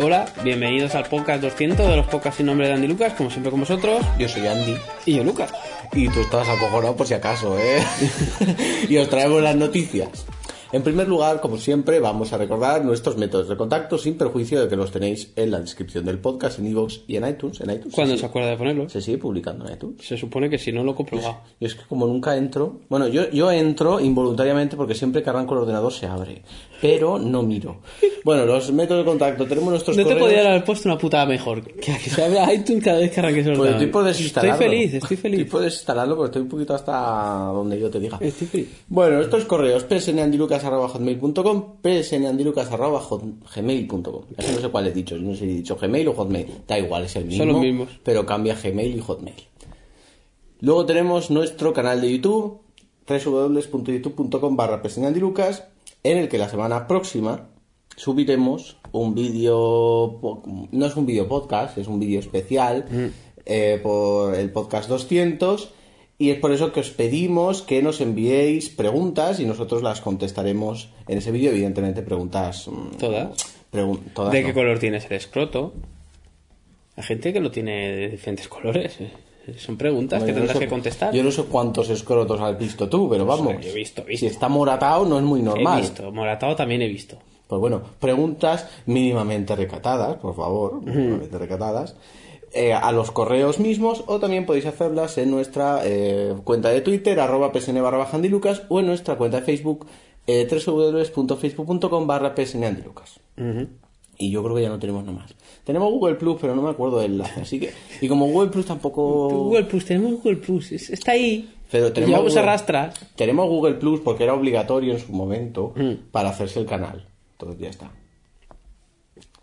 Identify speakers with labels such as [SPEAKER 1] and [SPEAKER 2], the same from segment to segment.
[SPEAKER 1] Hola, bienvenidos al podcast 200 de los podcasts sin nombre de Andy Lucas, como siempre con vosotros,
[SPEAKER 2] Yo soy Andy.
[SPEAKER 1] y yo Lucas.
[SPEAKER 2] Y tú estabas acojonado por si acaso, ¿eh? y os traemos las noticias. En primer lugar, como siempre, vamos a recordar nuestros métodos de contacto sin perjuicio de que los tenéis en la descripción del podcast, en iVoox y en iTunes. En iTunes
[SPEAKER 1] Cuando
[SPEAKER 2] se,
[SPEAKER 1] se acuerda de ponerlo,
[SPEAKER 2] sigue- se sigue publicando en iTunes.
[SPEAKER 1] se supone que si no lo he comprobado.
[SPEAKER 2] Yo es que como nunca entro... Bueno, yo, yo entro involuntariamente porque siempre que arranco el ordenador se abre. Pero no miro. Bueno, los métodos de contacto. Tenemos nuestros
[SPEAKER 1] No te
[SPEAKER 2] correos.
[SPEAKER 1] podía haber puesto una putada mejor que a que se abra iTunes cada vez que arranques el
[SPEAKER 2] Pues
[SPEAKER 1] ordenador.
[SPEAKER 2] estoy por
[SPEAKER 1] Estoy
[SPEAKER 2] desinstalarlo.
[SPEAKER 1] feliz, estoy
[SPEAKER 2] Estoy
[SPEAKER 1] feliz.
[SPEAKER 2] por desinstalarlo porque estoy un poquito hasta donde yo te diga.
[SPEAKER 1] Estoy feliz.
[SPEAKER 2] Bueno, estos correos, psnandilucas.hotmail.com, psnandilucas.hotmail.com. Es que no sé cuál he dicho, no sé si he dicho Gmail o Hotmail. Da igual, es el mismo.
[SPEAKER 1] Son los mismos.
[SPEAKER 2] Pero cambia Gmail y Hotmail. Luego tenemos nuestro canal de YouTube, www.youtube.com barra psnandilucas, en el que la semana próxima subiremos un vídeo, po- no es un vídeo podcast, es un vídeo especial
[SPEAKER 1] Mm.
[SPEAKER 2] eh, por el podcast 200 y es por eso que os pedimos que nos enviéis preguntas y nosotros las contestaremos en ese vídeo, evidentemente preguntas... mm,
[SPEAKER 1] Todas.
[SPEAKER 2] pregun- todas
[SPEAKER 1] ¿De
[SPEAKER 2] no.
[SPEAKER 1] qué color tienes el escroto? Hay gente que lo tiene de diferentes colores. eh. Son preguntas
[SPEAKER 2] Bueno,
[SPEAKER 1] que
[SPEAKER 2] yo
[SPEAKER 1] tendrás
[SPEAKER 2] no sé-
[SPEAKER 1] que contestar.
[SPEAKER 2] Yo no sé cuántos escrotos has visto tú, pero vamos.
[SPEAKER 1] yo he visto, he visto.
[SPEAKER 2] Si está moratado, no es muy normal.
[SPEAKER 1] He visto, moratado también he visto.
[SPEAKER 2] Pues bueno, preguntas mínimamente recatadas, por favor, mínimamente recatadas, eh, a los correos mismos o también podéis hacerlas en nuestra eh, cuenta de Twitter, arroba psn barra baja andilucas o en nuestra cuenta de Facebook, eh, www.facebook.com barra psnandilucas. Y yo creo que ya no tenemos nada más. Tenemos Google Plus, pero no me acuerdo del enlace, así que... Y como Google Plus tampoco...
[SPEAKER 1] Google Plus, tenemos Google Plus, es- está ahí.
[SPEAKER 2] Pero tenemos
[SPEAKER 1] Llevamos
[SPEAKER 2] Google-
[SPEAKER 1] arrastras.
[SPEAKER 2] Tenemos Google Plus porque era obligatorio en su momento
[SPEAKER 1] Mm.
[SPEAKER 2] para hacerse el canal. Entonces ya está.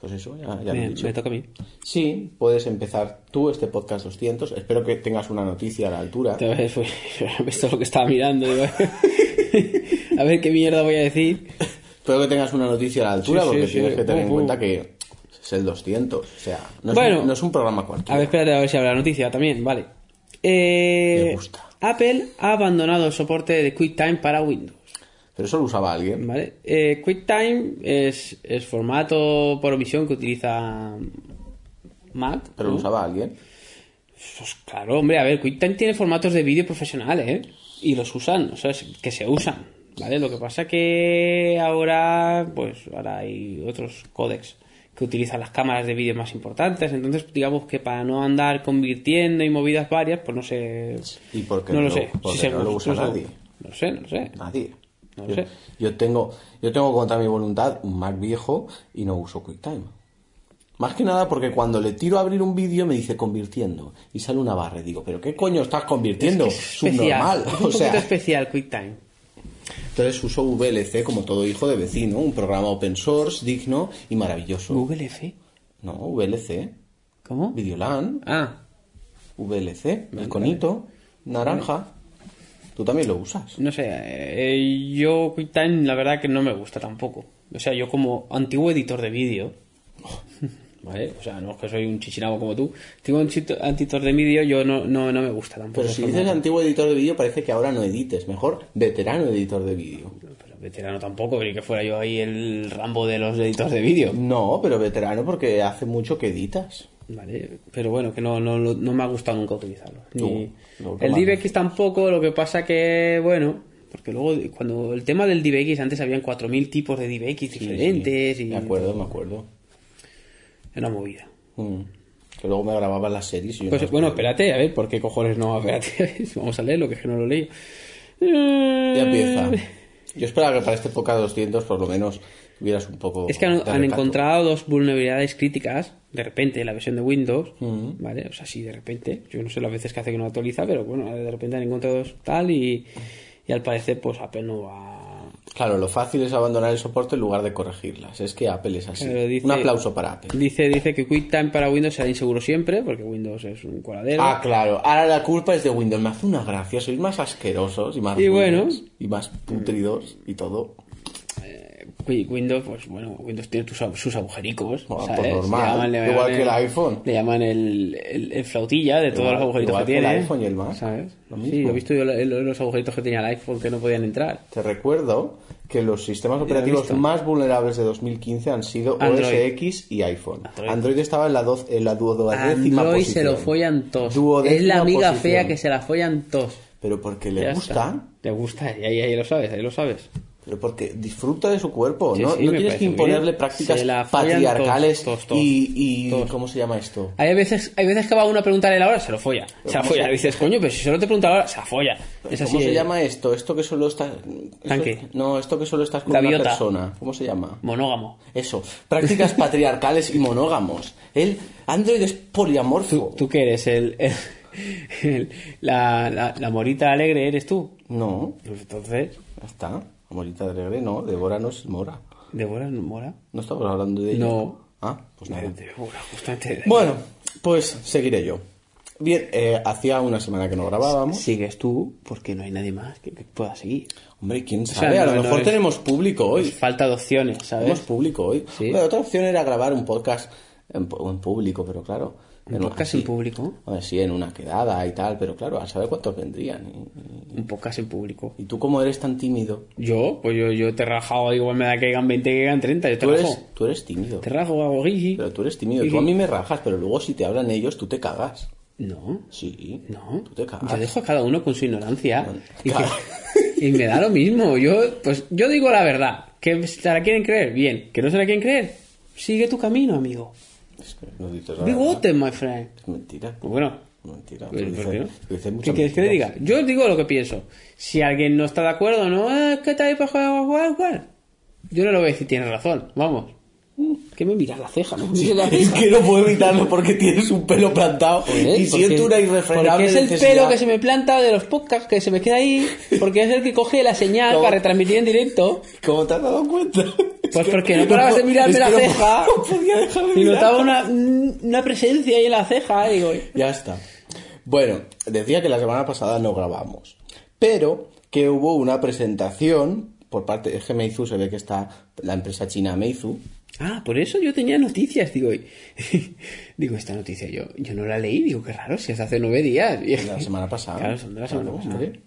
[SPEAKER 2] Pues eso, ya, ya lo he
[SPEAKER 1] Bien,
[SPEAKER 2] dicho.
[SPEAKER 1] me toca a mí.
[SPEAKER 2] Sí, puedes empezar tú este podcast 200. Espero que tengas una noticia a la altura.
[SPEAKER 1] A ver, fue- pues, esto es lo que estaba mirando. digo, a ver qué mierda voy a decir.
[SPEAKER 2] Espero que tengas una noticia a la altura
[SPEAKER 1] Sí, sí,
[SPEAKER 2] porque
[SPEAKER 1] sí.
[SPEAKER 2] tienes que tener en
[SPEAKER 1] Uh, uh.
[SPEAKER 2] cuenta que es el 200. O sea, no es,
[SPEAKER 1] Bueno.
[SPEAKER 2] un, no es un programa cuarto.
[SPEAKER 1] A ver, espérate a ver si habrá noticia también, vale. Eh,
[SPEAKER 2] Me gusta.
[SPEAKER 1] Apple ha abandonado el soporte de QuickTime para Windows.
[SPEAKER 2] Pero eso lo usaba alguien.
[SPEAKER 1] ¿Vale? Eh, QuickTime es, es formato por omisión que utiliza Mac.
[SPEAKER 2] Pero lo
[SPEAKER 1] ¿no?
[SPEAKER 2] usaba alguien.
[SPEAKER 1] Pues claro, hombre, a ver, QuickTime tiene formatos de vídeo profesionales, ¿eh? Y los usan, o sea, es- que se usan, ¿vale? Lo que pasa que ahora, pues ahora hay otros códecs que utilizan las cámaras de vídeo más importantes, entonces digamos que para no andar convirtiendo y movidas varias, pues no sé...
[SPEAKER 2] ¿Y por qué
[SPEAKER 1] no lo
[SPEAKER 2] no?
[SPEAKER 1] sé.
[SPEAKER 2] Porque
[SPEAKER 1] se
[SPEAKER 2] no lo usa
[SPEAKER 1] no sé.
[SPEAKER 2] nadie.
[SPEAKER 1] No sé, no sé.
[SPEAKER 2] Nadie.
[SPEAKER 1] No
[SPEAKER 2] yo,
[SPEAKER 1] sé.
[SPEAKER 2] yo tengo, yo tengo contra mi voluntad un Mac viejo y no uso QuickTime. Más que nada porque cuando le tiro a abrir un vídeo me dice convirtiendo y sale una barra y digo, pero ¿qué coño estás convirtiendo?
[SPEAKER 1] Especial.
[SPEAKER 2] Subnormal.
[SPEAKER 1] Es un
[SPEAKER 2] O
[SPEAKER 1] poquito
[SPEAKER 2] sea,
[SPEAKER 1] especial QuickTime.
[SPEAKER 2] entonces uso VLC como todo hijo de vecino, un programa open source digno y maravilloso.
[SPEAKER 1] Google F.
[SPEAKER 2] No, VLC,
[SPEAKER 1] ¿Cómo?
[SPEAKER 2] Videolan,
[SPEAKER 1] Ah,
[SPEAKER 2] VLC, el conito, naranja. Tú también lo usas.
[SPEAKER 1] No sé, eh, yo QuickTime la verdad que no me gusta tampoco. O sea, yo como antiguo editor de vídeo, ¿vale? O sea, no es que soy un chichinabo como tú. Tengo un chito- editor de vídeo, yo no, no, no me gusta tampoco.
[SPEAKER 2] Pero
[SPEAKER 1] el
[SPEAKER 2] si
[SPEAKER 1] formato.
[SPEAKER 2] dices antiguo editor de vídeo, parece que ahora no edites. Mejor veterano editor de vídeo.
[SPEAKER 1] Pero veterano tampoco, ni que fuera yo ahí el rambo de los editores de vídeo.
[SPEAKER 2] No, pero veterano porque hace mucho que editas.
[SPEAKER 1] Vale, pero bueno, que no, no, no me ha gustado nunca utilizarlo. Ni-
[SPEAKER 2] No, no,
[SPEAKER 1] el
[SPEAKER 2] vale.
[SPEAKER 1] DivX tampoco, lo que pasa que, bueno, porque luego cuando el tema del DivX, antes habían 4.000 tipos de DivX diferentes y
[SPEAKER 2] Me acuerdo, me acuerdo.
[SPEAKER 1] era una movida.
[SPEAKER 2] Mm. Que luego me grababan las series y yo no
[SPEAKER 1] Pues
[SPEAKER 2] las
[SPEAKER 1] bueno,
[SPEAKER 2] veía.
[SPEAKER 1] espérate, a ver, ¿por qué cojones no? Espérate, a ver, vamos a leerlo, que es que no lo leí. Ya
[SPEAKER 2] Ya empieza. Yo esperaba que para este poca 200 por lo menos tuvieras un poco.
[SPEAKER 1] Es que han,
[SPEAKER 2] de
[SPEAKER 1] han
[SPEAKER 2] recato.
[SPEAKER 1] encontrado dos vulnerabilidades críticas de repente en la versión de Windows,
[SPEAKER 2] Mm.
[SPEAKER 1] ¿vale? O sea, sí, de repente. Yo no sé las veces que hace que no actualiza, pero bueno, de repente han encontrado dos tal y, y al parecer, pues Apple no va.
[SPEAKER 2] Claro, lo fácil es abandonar el soporte en lugar de corregirlas. Es que Apple es así.
[SPEAKER 1] Pero dice-
[SPEAKER 2] Un aplauso para Apple.
[SPEAKER 1] Dice, dice que QuickTime para Windows será inseguro siempre, porque Windows es un coladero.
[SPEAKER 2] Ah, claro. Ahora la culpa es de Windows. Me hace una gracia. Sois más asquerosos y más.
[SPEAKER 1] Y bueno.
[SPEAKER 2] buenos Y más putridos y todo.
[SPEAKER 1] Wi- Windows, pues bueno, Windows tiene tus ab- sus agujericos.
[SPEAKER 2] Bueno,
[SPEAKER 1] ¿sabes?
[SPEAKER 2] pues normal.
[SPEAKER 1] Le llaman- le
[SPEAKER 2] Igual
[SPEAKER 1] llaman
[SPEAKER 2] que el iPhone.
[SPEAKER 1] Le llaman el, el- el flautilla de todos
[SPEAKER 2] Igual-
[SPEAKER 1] los agujeritos
[SPEAKER 2] igual
[SPEAKER 1] que
[SPEAKER 2] que el
[SPEAKER 1] tiene.
[SPEAKER 2] iPhone y el Mac.
[SPEAKER 1] ¿sabes?
[SPEAKER 2] Lo
[SPEAKER 1] Sí,
[SPEAKER 2] mismo.
[SPEAKER 1] yo he visto yo la- el- los agujeritos que tenía el iPhone que no podían entrar.
[SPEAKER 2] Te recuerdo que los sistemas operativos
[SPEAKER 1] visto.
[SPEAKER 2] más vulnerables de 2015 han sido
[SPEAKER 1] Android.
[SPEAKER 2] OS X y iPhone.
[SPEAKER 1] Android.
[SPEAKER 2] Android, estaba en la, doz- en la duodécima
[SPEAKER 1] Android
[SPEAKER 2] posición.
[SPEAKER 1] se lo follan todos.
[SPEAKER 2] Duodécima
[SPEAKER 1] Es la amiga
[SPEAKER 2] posición.
[SPEAKER 1] fea que se la follan todos.
[SPEAKER 2] Pero porque le
[SPEAKER 1] Ya
[SPEAKER 2] gusta,
[SPEAKER 1] está. Le gusta, y ahí, ahí lo sabes, ahí lo sabes.
[SPEAKER 2] pero porque disfruta de su cuerpo.
[SPEAKER 1] Sí,
[SPEAKER 2] no
[SPEAKER 1] sí,
[SPEAKER 2] No
[SPEAKER 1] me
[SPEAKER 2] tienes
[SPEAKER 1] parece
[SPEAKER 2] que imponerle
[SPEAKER 1] bien.
[SPEAKER 2] prácticas
[SPEAKER 1] Se la follan
[SPEAKER 2] patriarcales
[SPEAKER 1] todos, todos, todos,
[SPEAKER 2] y... y-
[SPEAKER 1] todos.
[SPEAKER 2] ¿Cómo se llama esto?
[SPEAKER 1] Hay veces, hay veces que va uno a preguntarle la hora, se lo folla. Se la folla. Dices, coño, pero si solo te pregunta la hora, se la folla. Es así.
[SPEAKER 2] ¿Cómo se
[SPEAKER 1] eh,
[SPEAKER 2] llama esto? Esto que solo estás... esto-
[SPEAKER 1] Tanque.
[SPEAKER 2] no, esto que solo estás con
[SPEAKER 1] Gaviota.
[SPEAKER 2] una persona. ¿Cómo se llama?
[SPEAKER 1] Monógamo.
[SPEAKER 2] Eso. Prácticas patriarcales y monógamos. El Android es poliamorfo.
[SPEAKER 1] ¿Tú, tú qué eres? El, el- el- la, la- la morita alegre eres tú.
[SPEAKER 2] No.
[SPEAKER 1] Pues entonces,
[SPEAKER 2] Ya está. Amorita de Alegre, no. Débora no es Mora.
[SPEAKER 1] ¿Deborah Mora?
[SPEAKER 2] No estamos hablando de ella.
[SPEAKER 1] No.
[SPEAKER 2] Ah, pues nada.
[SPEAKER 1] Deborah, justamente.
[SPEAKER 2] Bueno, pues seguiré yo. Bien, eh, hacía una semana que no grabábamos.
[SPEAKER 1] Sigues tú porque no hay nadie más que, que pueda seguir.
[SPEAKER 2] Hombre, quién
[SPEAKER 1] sea,
[SPEAKER 2] sabe. a
[SPEAKER 1] no,
[SPEAKER 2] lo
[SPEAKER 1] no
[SPEAKER 2] mejor
[SPEAKER 1] es-
[SPEAKER 2] tenemos público hoy.
[SPEAKER 1] Pues falta de opciones,
[SPEAKER 2] tenemos
[SPEAKER 1] ¿sabes?
[SPEAKER 2] público hoy.
[SPEAKER 1] Sí.
[SPEAKER 2] Bueno, otra opción era grabar un podcast en, pu- en público, pero claro. en
[SPEAKER 1] Un
[SPEAKER 2] una-
[SPEAKER 1] podcast
[SPEAKER 2] sí.
[SPEAKER 1] en público.
[SPEAKER 2] A ver, sí, en una quedada y tal, pero claro, a saber cuántos vendrían. Y-
[SPEAKER 1] Un podcast en público.
[SPEAKER 2] Y, y tú, como eres tan tímido,
[SPEAKER 1] Yo, pues yo, yo te he rajado, igual me da que hagan 20, que hagan 30. Yo te
[SPEAKER 2] tú
[SPEAKER 1] rajo.
[SPEAKER 2] eres, tú eres tímido.
[SPEAKER 1] Te rajo, hago guiji.
[SPEAKER 2] Pero tú eres tímido. Tú a mí me rajas, pero luego si te hablan ellos, tú te cagas.
[SPEAKER 1] No,
[SPEAKER 2] Sí.
[SPEAKER 1] no.
[SPEAKER 2] Tú te cagas.
[SPEAKER 1] Yo dejo a cada uno con su ignorancia. Y,
[SPEAKER 2] Claro.
[SPEAKER 1] que- y me da lo mismo. Yo, pues, yo digo la verdad. Que se la quieren creer, bien. Que no se la quieren creer, sigue tu camino, amigo.
[SPEAKER 2] Es que no dices
[SPEAKER 1] Be
[SPEAKER 2] nada.
[SPEAKER 1] water, my friend.
[SPEAKER 2] Es mentira.
[SPEAKER 1] Pues bueno.
[SPEAKER 2] Mentira.
[SPEAKER 1] Pues,
[SPEAKER 2] Tú
[SPEAKER 1] ¿por
[SPEAKER 2] dices-
[SPEAKER 1] qué no?
[SPEAKER 2] tú dices
[SPEAKER 1] ¿Qué
[SPEAKER 2] muchas
[SPEAKER 1] quieres que le
[SPEAKER 2] mentiras.
[SPEAKER 1] diga? Yo digo lo que pienso. Si alguien no está de acuerdo, no, "Ah, es que te habéis bajado, guau, guau". pues, Yo no lo voy a decir, tienes razón, vamos. Mm, Que me miras la ceja, ¿no?
[SPEAKER 2] Es que no puedo evitarlo porque tienes un pelo plantado
[SPEAKER 1] Joder,
[SPEAKER 2] y
[SPEAKER 1] ¿Eh? porque-
[SPEAKER 2] siento una irrefrenable
[SPEAKER 1] Porque es el
[SPEAKER 2] necesidad.
[SPEAKER 1] pelo que se me planta de los podcasts, que se me queda ahí, porque es el que coge la señal
[SPEAKER 2] ¿Cómo?
[SPEAKER 1] para retransmitir en directo.
[SPEAKER 2] ¿Cómo te has dado cuenta?
[SPEAKER 1] Pues porque no parabas de mirarme
[SPEAKER 2] es que
[SPEAKER 1] la
[SPEAKER 2] no-
[SPEAKER 1] ceja.
[SPEAKER 2] No podía dejar de
[SPEAKER 1] Y
[SPEAKER 2] mirar.
[SPEAKER 1] notaba una, una presencia ahí en la ceja, digo.
[SPEAKER 2] Ya está. Bueno, decía que la semana pasada no grabamos, pero que hubo una presentación por parte de Meizu, se ve que está la empresa china Meizu,
[SPEAKER 1] Ah, por eso yo tenía noticias, digo. y- digo, esta noticia yo, yo no la leí, digo, qué raro, si es hace nueve días. Y-
[SPEAKER 2] de la semana pasada.
[SPEAKER 1] Claro, son de la semana
[SPEAKER 2] Claro,
[SPEAKER 1] pasada.
[SPEAKER 2] hombre.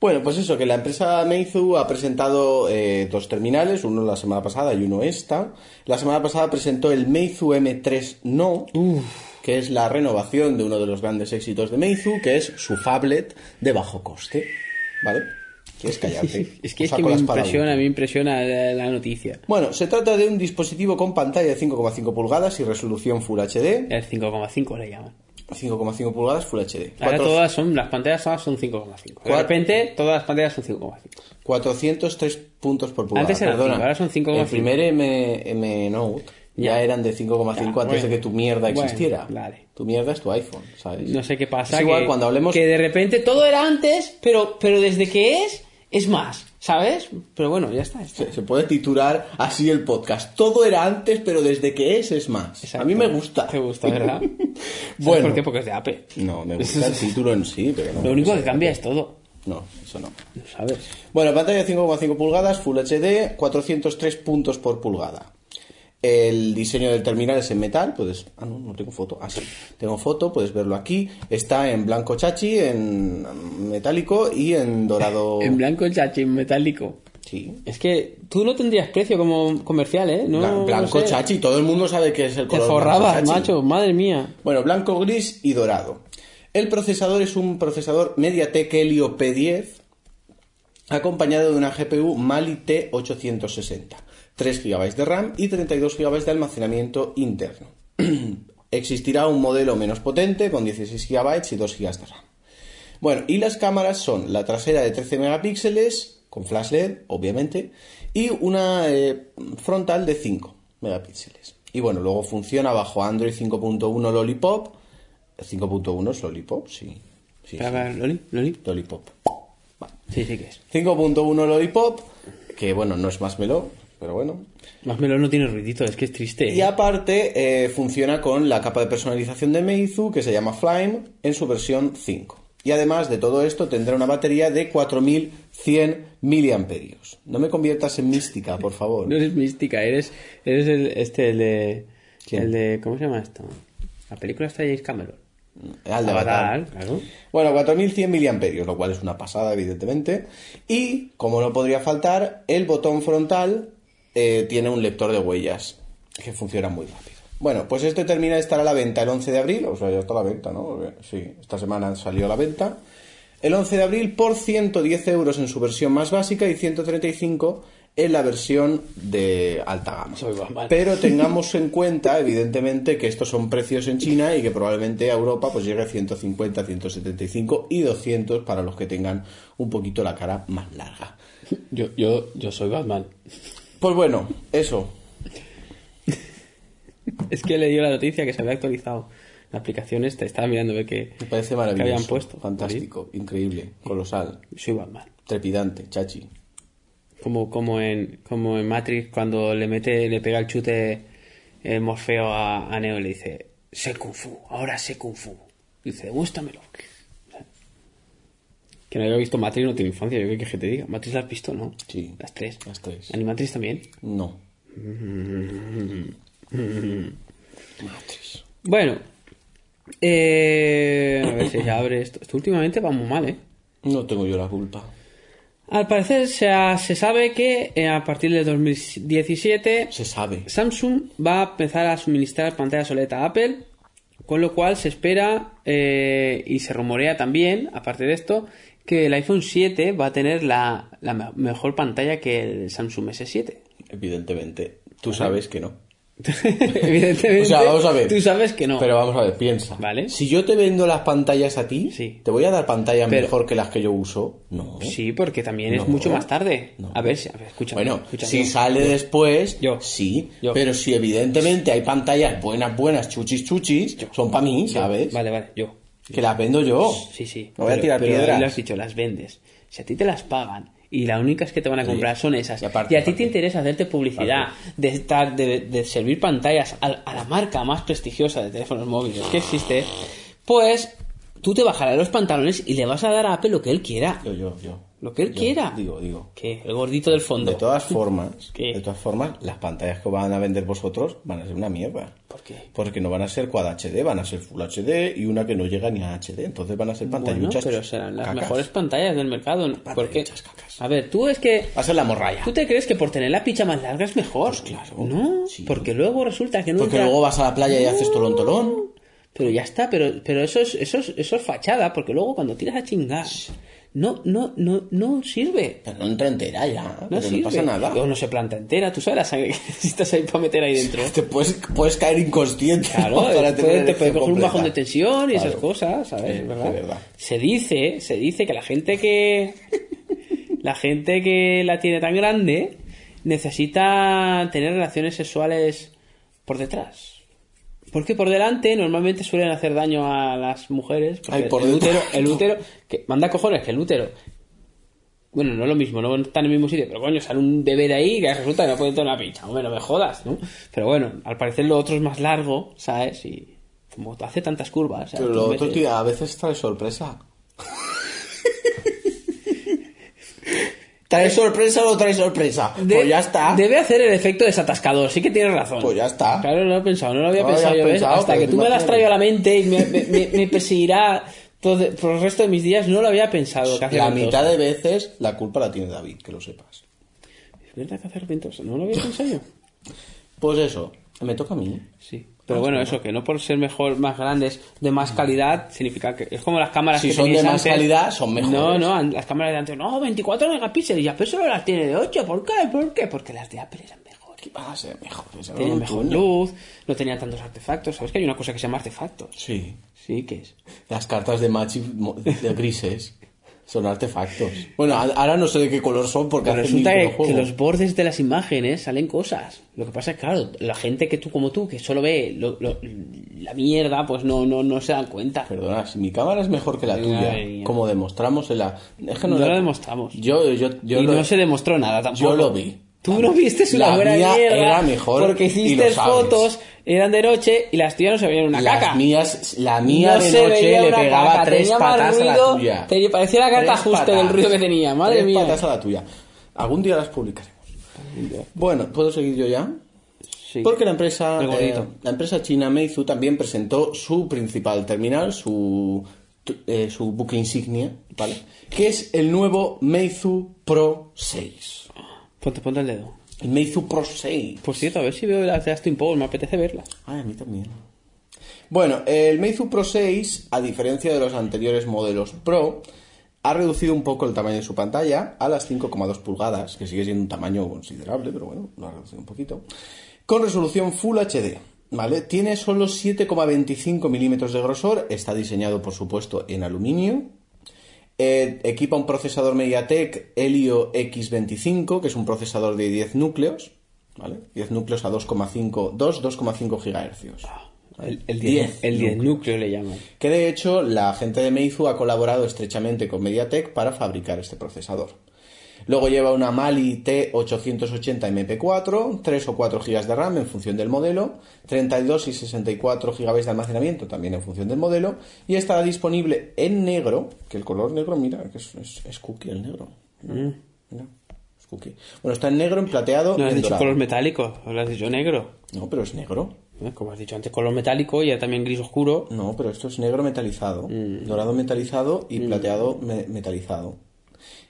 [SPEAKER 2] Bueno, pues eso, que la empresa Meizu ha presentado eh, dos terminales, uno la semana pasada y uno esta. La semana pasada presentó el Meizu M3 No, que es la renovación de uno de los grandes éxitos de Meizu, que es su phablet de bajo coste. ¿Vale? ¿Quieres callarte?
[SPEAKER 1] Es que,
[SPEAKER 2] O
[SPEAKER 1] es
[SPEAKER 2] saco
[SPEAKER 1] que me
[SPEAKER 2] las palabras.
[SPEAKER 1] impresiona, me impresiona la, la noticia.
[SPEAKER 2] Bueno, se trata de un dispositivo con pantalla de 5,5 pulgadas y resolución Full HD.
[SPEAKER 1] El 5,5 le llaman.
[SPEAKER 2] 5,5 pulgadas Full HD.
[SPEAKER 1] Ahora
[SPEAKER 2] Cuatro-
[SPEAKER 1] todas son, las pantallas todas son 5,5. De
[SPEAKER 2] Cuatro-
[SPEAKER 1] repente, todas las pantallas son 5,5.
[SPEAKER 2] 403 puntos por pulgada.
[SPEAKER 1] Antes eran
[SPEAKER 2] perdona.
[SPEAKER 1] cinco, ahora son 5,5.
[SPEAKER 2] El primer M, M Note ya,
[SPEAKER 1] Ya.
[SPEAKER 2] eran de 5,5 antes
[SPEAKER 1] Ya,
[SPEAKER 2] de
[SPEAKER 1] bueno.
[SPEAKER 2] que tu mierda
[SPEAKER 1] Bueno,
[SPEAKER 2] existiera.
[SPEAKER 1] vale.
[SPEAKER 2] Tu mierda es tu iPhone, ¿sabes?
[SPEAKER 1] No sé qué pasa.
[SPEAKER 2] Es igual
[SPEAKER 1] que,
[SPEAKER 2] cuando hablemos.
[SPEAKER 1] Que de repente todo era antes, pero, pero desde que es, es más, ¿sabes? Pero bueno, ya está. ya está.
[SPEAKER 2] Se, se puede titular así el podcast. Todo era antes, pero desde que es es más.
[SPEAKER 1] Exacto.
[SPEAKER 2] A mí me gusta.
[SPEAKER 1] Te gusta, ¿verdad?
[SPEAKER 2] Bueno.
[SPEAKER 1] ¿Por qué? Porque es de Apple.
[SPEAKER 2] No, me gusta el título en sí, pero no.
[SPEAKER 1] Lo único que cambia es todo.
[SPEAKER 2] No, eso no.
[SPEAKER 1] ¿Sabes?
[SPEAKER 2] Bueno, pantalla de 5,5 pulgadas, Full HD, 403 puntos por pulgada. El diseño del terminal es en metal, puedes... Ah, no, no tengo foto. Ah, sí. Tengo foto, puedes verlo aquí. Está en blanco chachi, en metálico y en dorado...
[SPEAKER 1] En blanco el chachi, en metálico.
[SPEAKER 2] Sí.
[SPEAKER 1] Es que tú no tendrías precio como comercial, ¿eh? No,
[SPEAKER 2] Blan- blanco
[SPEAKER 1] no sé.
[SPEAKER 2] chachi, todo el mundo sabe que es el
[SPEAKER 1] Te
[SPEAKER 2] color
[SPEAKER 1] forrabas,
[SPEAKER 2] blanco chachi.
[SPEAKER 1] macho, madre mía.
[SPEAKER 2] Bueno, blanco, gris y dorado. El procesador es un procesador MediaTek Helio P10 acompañado de una GPU Mali T860, 3 GB de RAM y 32 GB de almacenamiento interno. Existirá un modelo menos potente con 16 GB y 2 GB de RAM. Bueno, y las cámaras son la trasera de 13 megapíxeles con flash LED, obviamente, y una eh, frontal de 5 megapíxeles. Y bueno, luego funciona bajo Android 5.1 Lollipop. 5.1 es Lollipop, sí. sí,
[SPEAKER 1] Espera,
[SPEAKER 2] sí.
[SPEAKER 1] espera, Loli, Loli.
[SPEAKER 2] Lollipop. Vale.
[SPEAKER 1] Sí, sí que es.
[SPEAKER 2] 5.1 Lollipop, que bueno, no es más melo, pero bueno.
[SPEAKER 1] Más melón no tiene ruidito, es que es triste. ¿eh?
[SPEAKER 2] Y aparte eh, funciona con la capa de personalización de Meizu que se llama Flame en su versión 5. Y además de todo esto tendrá una batería de 4100 miliamperios. No me conviertas en mística, por favor.
[SPEAKER 1] No eres mística, eres, eres el, este, el de,
[SPEAKER 2] ¿Quién?
[SPEAKER 1] el de- ¿Cómo se llama esto? La película está de James Cameron.
[SPEAKER 2] Al de Avatar.
[SPEAKER 1] claro.
[SPEAKER 2] Bueno, 4100 miliamperios, lo cual es una pasada, evidentemente. Y, como no podría faltar, el botón frontal eh, tiene un lector de huellas, que funciona muy rápido. Bueno, pues este termina de estar a la venta el 11 de abril, o sea, ya está a la venta, ¿no? Porque, Sí, esta semana salió a la venta. El 11 de abril por 110 euros en su versión más básica y 135 en la versión de alta gama.
[SPEAKER 1] Soy guapa.
[SPEAKER 2] Pero tengamos en cuenta, evidentemente, que estos son precios en China y que probablemente a Europa pues llegue a 150, 175 y 200 para los que tengan un poquito la cara más larga.
[SPEAKER 1] Yo, yo, yo soy Batman.
[SPEAKER 2] Pues bueno, eso.
[SPEAKER 1] Es que le dio la noticia que se había actualizado la aplicación esta. Estaba mirando a ver qué,
[SPEAKER 2] Me parece
[SPEAKER 1] qué
[SPEAKER 2] maravilloso.
[SPEAKER 1] habían puesto.
[SPEAKER 2] Fantástico, increíble, colosal,
[SPEAKER 1] Morir. Soy Batman.
[SPEAKER 2] trepidante, chachi.
[SPEAKER 1] Como, como, en, como en Matrix cuando le mete, le pega el chute eh, Morfeo a, a Neo y le dice, sé Kung Fu, ahora sé Kung Fu. Y dice, demuéstramelo. Que no haya visto Matrix no tiene infancia, yo qué quieres que te diga. Matrix la has visto, ¿no?
[SPEAKER 2] Sí.
[SPEAKER 1] Las tres.
[SPEAKER 2] Las tres.
[SPEAKER 1] Animatrix también.
[SPEAKER 2] No. Matrix.
[SPEAKER 1] Bueno. Eh, a ver si ya abre esto. Esto últimamente va muy mal, ¿eh?
[SPEAKER 2] No tengo yo la culpa.
[SPEAKER 1] Al parecer se, ha- se sabe que eh, a partir de 2017
[SPEAKER 2] Se sabe.
[SPEAKER 1] Samsung va a empezar a suministrar pantallas OLED a Apple, con lo cual se espera eh, y se rumorea también, aparte de esto, que el iPhone 7 va a tener la, la me- mejor pantalla que el Samsung S7.
[SPEAKER 2] Evidentemente. Tú sabes que no.
[SPEAKER 1] Evidentemente,
[SPEAKER 2] O sea, vamos a ver.
[SPEAKER 1] tú sabes que no.
[SPEAKER 2] Pero vamos a ver, piensa.
[SPEAKER 1] Vale.
[SPEAKER 2] Si yo te vendo las pantallas a ti,
[SPEAKER 1] Sí.
[SPEAKER 2] ¿te voy a dar pantallas
[SPEAKER 1] Pero-
[SPEAKER 2] mejor que las que yo uso? No.
[SPEAKER 1] Sí, porque también
[SPEAKER 2] No.
[SPEAKER 1] es mucho más tarde.
[SPEAKER 2] No.
[SPEAKER 1] A ver, si- a ver, escúchame.
[SPEAKER 2] Bueno,
[SPEAKER 1] escúchame.
[SPEAKER 2] si sale después,
[SPEAKER 1] Yo.
[SPEAKER 2] sí.
[SPEAKER 1] Yo.
[SPEAKER 2] Pero si evidentemente hay pantallas buenas, buenas, chuchis, chuchis, son para mí, ¿sabes?
[SPEAKER 1] Vale, vale, yo.
[SPEAKER 2] Que las vendo yo.
[SPEAKER 1] Sí, sí.
[SPEAKER 2] No voy a
[SPEAKER 1] Pero-
[SPEAKER 2] tirar
[SPEAKER 1] pero
[SPEAKER 2] piedras.
[SPEAKER 1] ahí lo has dicho, las vendes. Si a ti te las pagan y las únicas que te van a comprar son esas.
[SPEAKER 2] Y
[SPEAKER 1] Y,
[SPEAKER 2] aparte,
[SPEAKER 1] a ti
[SPEAKER 2] aparte.
[SPEAKER 1] te interesa hacerte publicidad, de estar, de, de servir pantallas a, a la marca más prestigiosa de teléfonos móviles que existe, pues tú te bajarás los pantalones y le vas a dar a Apple lo que él quiera.
[SPEAKER 2] Yo, yo, yo.
[SPEAKER 1] Lo que él
[SPEAKER 2] Yo,
[SPEAKER 1] quiera.
[SPEAKER 2] Digo, digo.
[SPEAKER 1] ¿Qué? El gordito del fondo.
[SPEAKER 2] De todas formas,
[SPEAKER 1] ¿Qué?
[SPEAKER 2] de todas formas, las pantallas que van a vender vosotros van a ser una mierda.
[SPEAKER 1] ¿Por qué?
[SPEAKER 2] Porque no van a ser Quad HD, van a ser Full HD y una que no llega ni a HD. Entonces van a ser
[SPEAKER 1] Bueno,
[SPEAKER 2] pantalluchas.
[SPEAKER 1] pero serán las
[SPEAKER 2] cacas.
[SPEAKER 1] mejores pantallas del mercado. Porque,
[SPEAKER 2] muchas cacas.
[SPEAKER 1] a ver, tú es que
[SPEAKER 2] Va a ser la morralla.
[SPEAKER 1] ¿Tú te crees que por tener la picha más larga es mejor?
[SPEAKER 2] Pues claro,
[SPEAKER 1] No,
[SPEAKER 2] sí.
[SPEAKER 1] porque luego resulta que no
[SPEAKER 2] Porque
[SPEAKER 1] entra-
[SPEAKER 2] luego vas a la playa y haces tolón tolón.
[SPEAKER 1] Pero ya está, pero, pero eso, es, eso, es, eso es fachada, porque luego cuando tiras a chingar, no, no, no, no sirve.
[SPEAKER 2] Pero no entra entera ya.
[SPEAKER 1] No
[SPEAKER 2] pero
[SPEAKER 1] sirve.
[SPEAKER 2] no pasa nada.
[SPEAKER 1] O no se planta entera, tú sabes la sangre que necesitas ahí para meter ahí dentro.
[SPEAKER 2] Te puedes, puedes caer inconsciente.
[SPEAKER 1] Claro,
[SPEAKER 2] ¿no? Para
[SPEAKER 1] te
[SPEAKER 2] tener
[SPEAKER 1] puede, te
[SPEAKER 2] erección
[SPEAKER 1] puede coger un
[SPEAKER 2] completa.
[SPEAKER 1] bajón de tensión y esas
[SPEAKER 2] Claro.
[SPEAKER 1] cosas, ¿sabes?
[SPEAKER 2] Sí,
[SPEAKER 1] ¿Verdad?
[SPEAKER 2] es verdad.
[SPEAKER 1] Se dice, se dice que la gente que. la gente que la tiene tan grande necesita tener relaciones sexuales por detrás. Porque por delante normalmente suelen hacer daño a las mujeres. porque
[SPEAKER 2] Ay, por
[SPEAKER 1] el
[SPEAKER 2] detrás.
[SPEAKER 1] útero, el útero, que manda cojones que el útero. Bueno, no es lo mismo, no están en el mismo sitio, pero coño, sale un bebé de ahí que resulta que no puede tener una pincha. Hombre, no me jodas, ¿no? Pero bueno, al parecer lo otro es más largo, ¿sabes? Y como hace tantas curvas. ¿sabes?
[SPEAKER 2] Pero lo
[SPEAKER 1] Tú
[SPEAKER 2] otro,
[SPEAKER 1] metes-
[SPEAKER 2] tío, a veces trae sorpresa. ¿Trae sorpresa o no trae sorpresa?
[SPEAKER 1] De-
[SPEAKER 2] pues ya está.
[SPEAKER 1] Debe hacer el efecto desatascador, sí que tienes razón.
[SPEAKER 2] Pues ya está.
[SPEAKER 1] Claro, no lo he pensado, no lo había
[SPEAKER 2] No lo
[SPEAKER 1] pensado
[SPEAKER 2] habías
[SPEAKER 1] yo, ¿ves?
[SPEAKER 2] pensado,
[SPEAKER 1] Hasta
[SPEAKER 2] pero
[SPEAKER 1] que
[SPEAKER 2] tú
[SPEAKER 1] tú me lo has
[SPEAKER 2] imagínate.
[SPEAKER 1] traído a la mente y me, me- me- me perseguirá todo, por el resto de mis días, no lo había pensado. que hace
[SPEAKER 2] La
[SPEAKER 1] tantos.
[SPEAKER 2] mitad de veces la culpa la tiene David, que lo sepas.
[SPEAKER 1] Es verdad que hace ventosa, no lo había pensado yo.
[SPEAKER 2] Pues eso, me toca a mí.
[SPEAKER 1] Sí. Pero bueno, eso, que no por ser mejor, más grandes, de más calidad, significa que es como las cámaras
[SPEAKER 2] Si
[SPEAKER 1] que
[SPEAKER 2] son
[SPEAKER 1] teníais
[SPEAKER 2] de más
[SPEAKER 1] antes.
[SPEAKER 2] calidad, son mejores.
[SPEAKER 1] No, no, an- las cámaras de antes, no, 24 megapíxeles, y Apple solo las tiene de 8, ¿por qué? ¿Por qué? Porque las de Apple eran mejores.
[SPEAKER 2] ¿Qué va a ser mejor? que sea
[SPEAKER 1] Tenían
[SPEAKER 2] un
[SPEAKER 1] mejor
[SPEAKER 2] Ah, coño.
[SPEAKER 1] luz, no tenían tantos artefactos, ¿sabes? Que hay una cosa que se llama artefactos.
[SPEAKER 2] Sí.
[SPEAKER 1] Sí, que es.
[SPEAKER 2] Las cartas de Machi mo- de grises. Son artefactos. Bueno, a- ahora no sé de qué color son porque
[SPEAKER 1] Pero
[SPEAKER 2] hacen
[SPEAKER 1] resulta que,
[SPEAKER 2] microjuegos.
[SPEAKER 1] que los bordes de las imágenes salen cosas. Lo que pasa es que, claro, la gente que tú como tú, que solo ve lo- lo- la mierda, pues no, no, no se dan cuenta.
[SPEAKER 2] Perdona, si mi cámara es mejor que la tuya,
[SPEAKER 1] Madre mía.
[SPEAKER 2] como demostramos en la... Es que
[SPEAKER 1] no
[SPEAKER 2] la-
[SPEAKER 1] lo demostramos.
[SPEAKER 2] Yo, yo, yo
[SPEAKER 1] y
[SPEAKER 2] lo-
[SPEAKER 1] no se demostró nada tampoco.
[SPEAKER 2] Yo lo vi.
[SPEAKER 1] Tú no viste es
[SPEAKER 2] La
[SPEAKER 1] una buena
[SPEAKER 2] mía
[SPEAKER 1] mierda.
[SPEAKER 2] era mejor
[SPEAKER 1] Porque
[SPEAKER 2] y lo
[SPEAKER 1] hiciste
[SPEAKER 2] sabes.
[SPEAKER 1] fotos, eran de noche y las tuyas no se veían una
[SPEAKER 2] Las
[SPEAKER 1] caca.
[SPEAKER 2] mías, la mía
[SPEAKER 1] no
[SPEAKER 2] de
[SPEAKER 1] se
[SPEAKER 2] noche
[SPEAKER 1] veía
[SPEAKER 2] le
[SPEAKER 1] una
[SPEAKER 2] pegaba
[SPEAKER 1] caca,
[SPEAKER 2] tres
[SPEAKER 1] tenía más
[SPEAKER 2] patas a la
[SPEAKER 1] ruido,
[SPEAKER 2] tuya.
[SPEAKER 1] Te parecía la
[SPEAKER 2] Tres
[SPEAKER 1] carta ajuste
[SPEAKER 2] patas.
[SPEAKER 1] del ruido que tenía, madre
[SPEAKER 2] Tres
[SPEAKER 1] mía.
[SPEAKER 2] patas a la tuya. Algún día las publicaremos. Bueno, ¿puedo seguir yo ya?
[SPEAKER 1] Sí.
[SPEAKER 2] Porque la empresa,
[SPEAKER 1] El gordito.
[SPEAKER 2] eh, la empresa china Meizu también presentó su principal terminal, su, tu- eh, su buque insignia, ¿vale? Que es el nuevo Meizu Pro 6.
[SPEAKER 1] Ponte, ponte el dedo.
[SPEAKER 2] El Meizu Pro 6.
[SPEAKER 1] Por cierto, a ver si veo las de Aston Powell, me apetece verlas.
[SPEAKER 2] Ay, Ah, a mí también. Bueno, el Meizu Pro 6, a diferencia de los anteriores modelos Pro, ha reducido un poco el tamaño de su pantalla a las 5,2 pulgadas, que sigue siendo un tamaño considerable, pero bueno, lo ha reducido un poquito, con resolución Full HD. ¿Vale? Tiene solo 7,25 milímetros de grosor, está diseñado por supuesto en aluminio, eh, equipa un procesador MediaTek Helio X25, que es un procesador de 10 núcleos, ¿vale? 10 núcleos a 2,5 2, 2,5 GHz.
[SPEAKER 1] El, el 10, el 10 núcleo le llaman.
[SPEAKER 2] Que de hecho la gente de Meizu ha colaborado estrechamente con MediaTek para fabricar este procesador. Luego lleva una Mali T880 MP4, 3 o 4 GB de RAM en función del modelo, 32 y 64 GB de almacenamiento también en función del modelo, y estará disponible en negro, que el color negro, mira, que es, es- es cookie el negro. Mira, es cookie. Bueno, está en negro, en plateado
[SPEAKER 1] Mm. No
[SPEAKER 2] y
[SPEAKER 1] has
[SPEAKER 2] en
[SPEAKER 1] dicho
[SPEAKER 2] dorado.
[SPEAKER 1] color metálico, ahora has dicho negro.
[SPEAKER 2] No, pero es negro.
[SPEAKER 1] ¿Eh? Como has dicho antes, color metálico y ahora también gris oscuro.
[SPEAKER 2] No, pero esto es negro metalizado, dorado metalizado y plateado me- metalizado.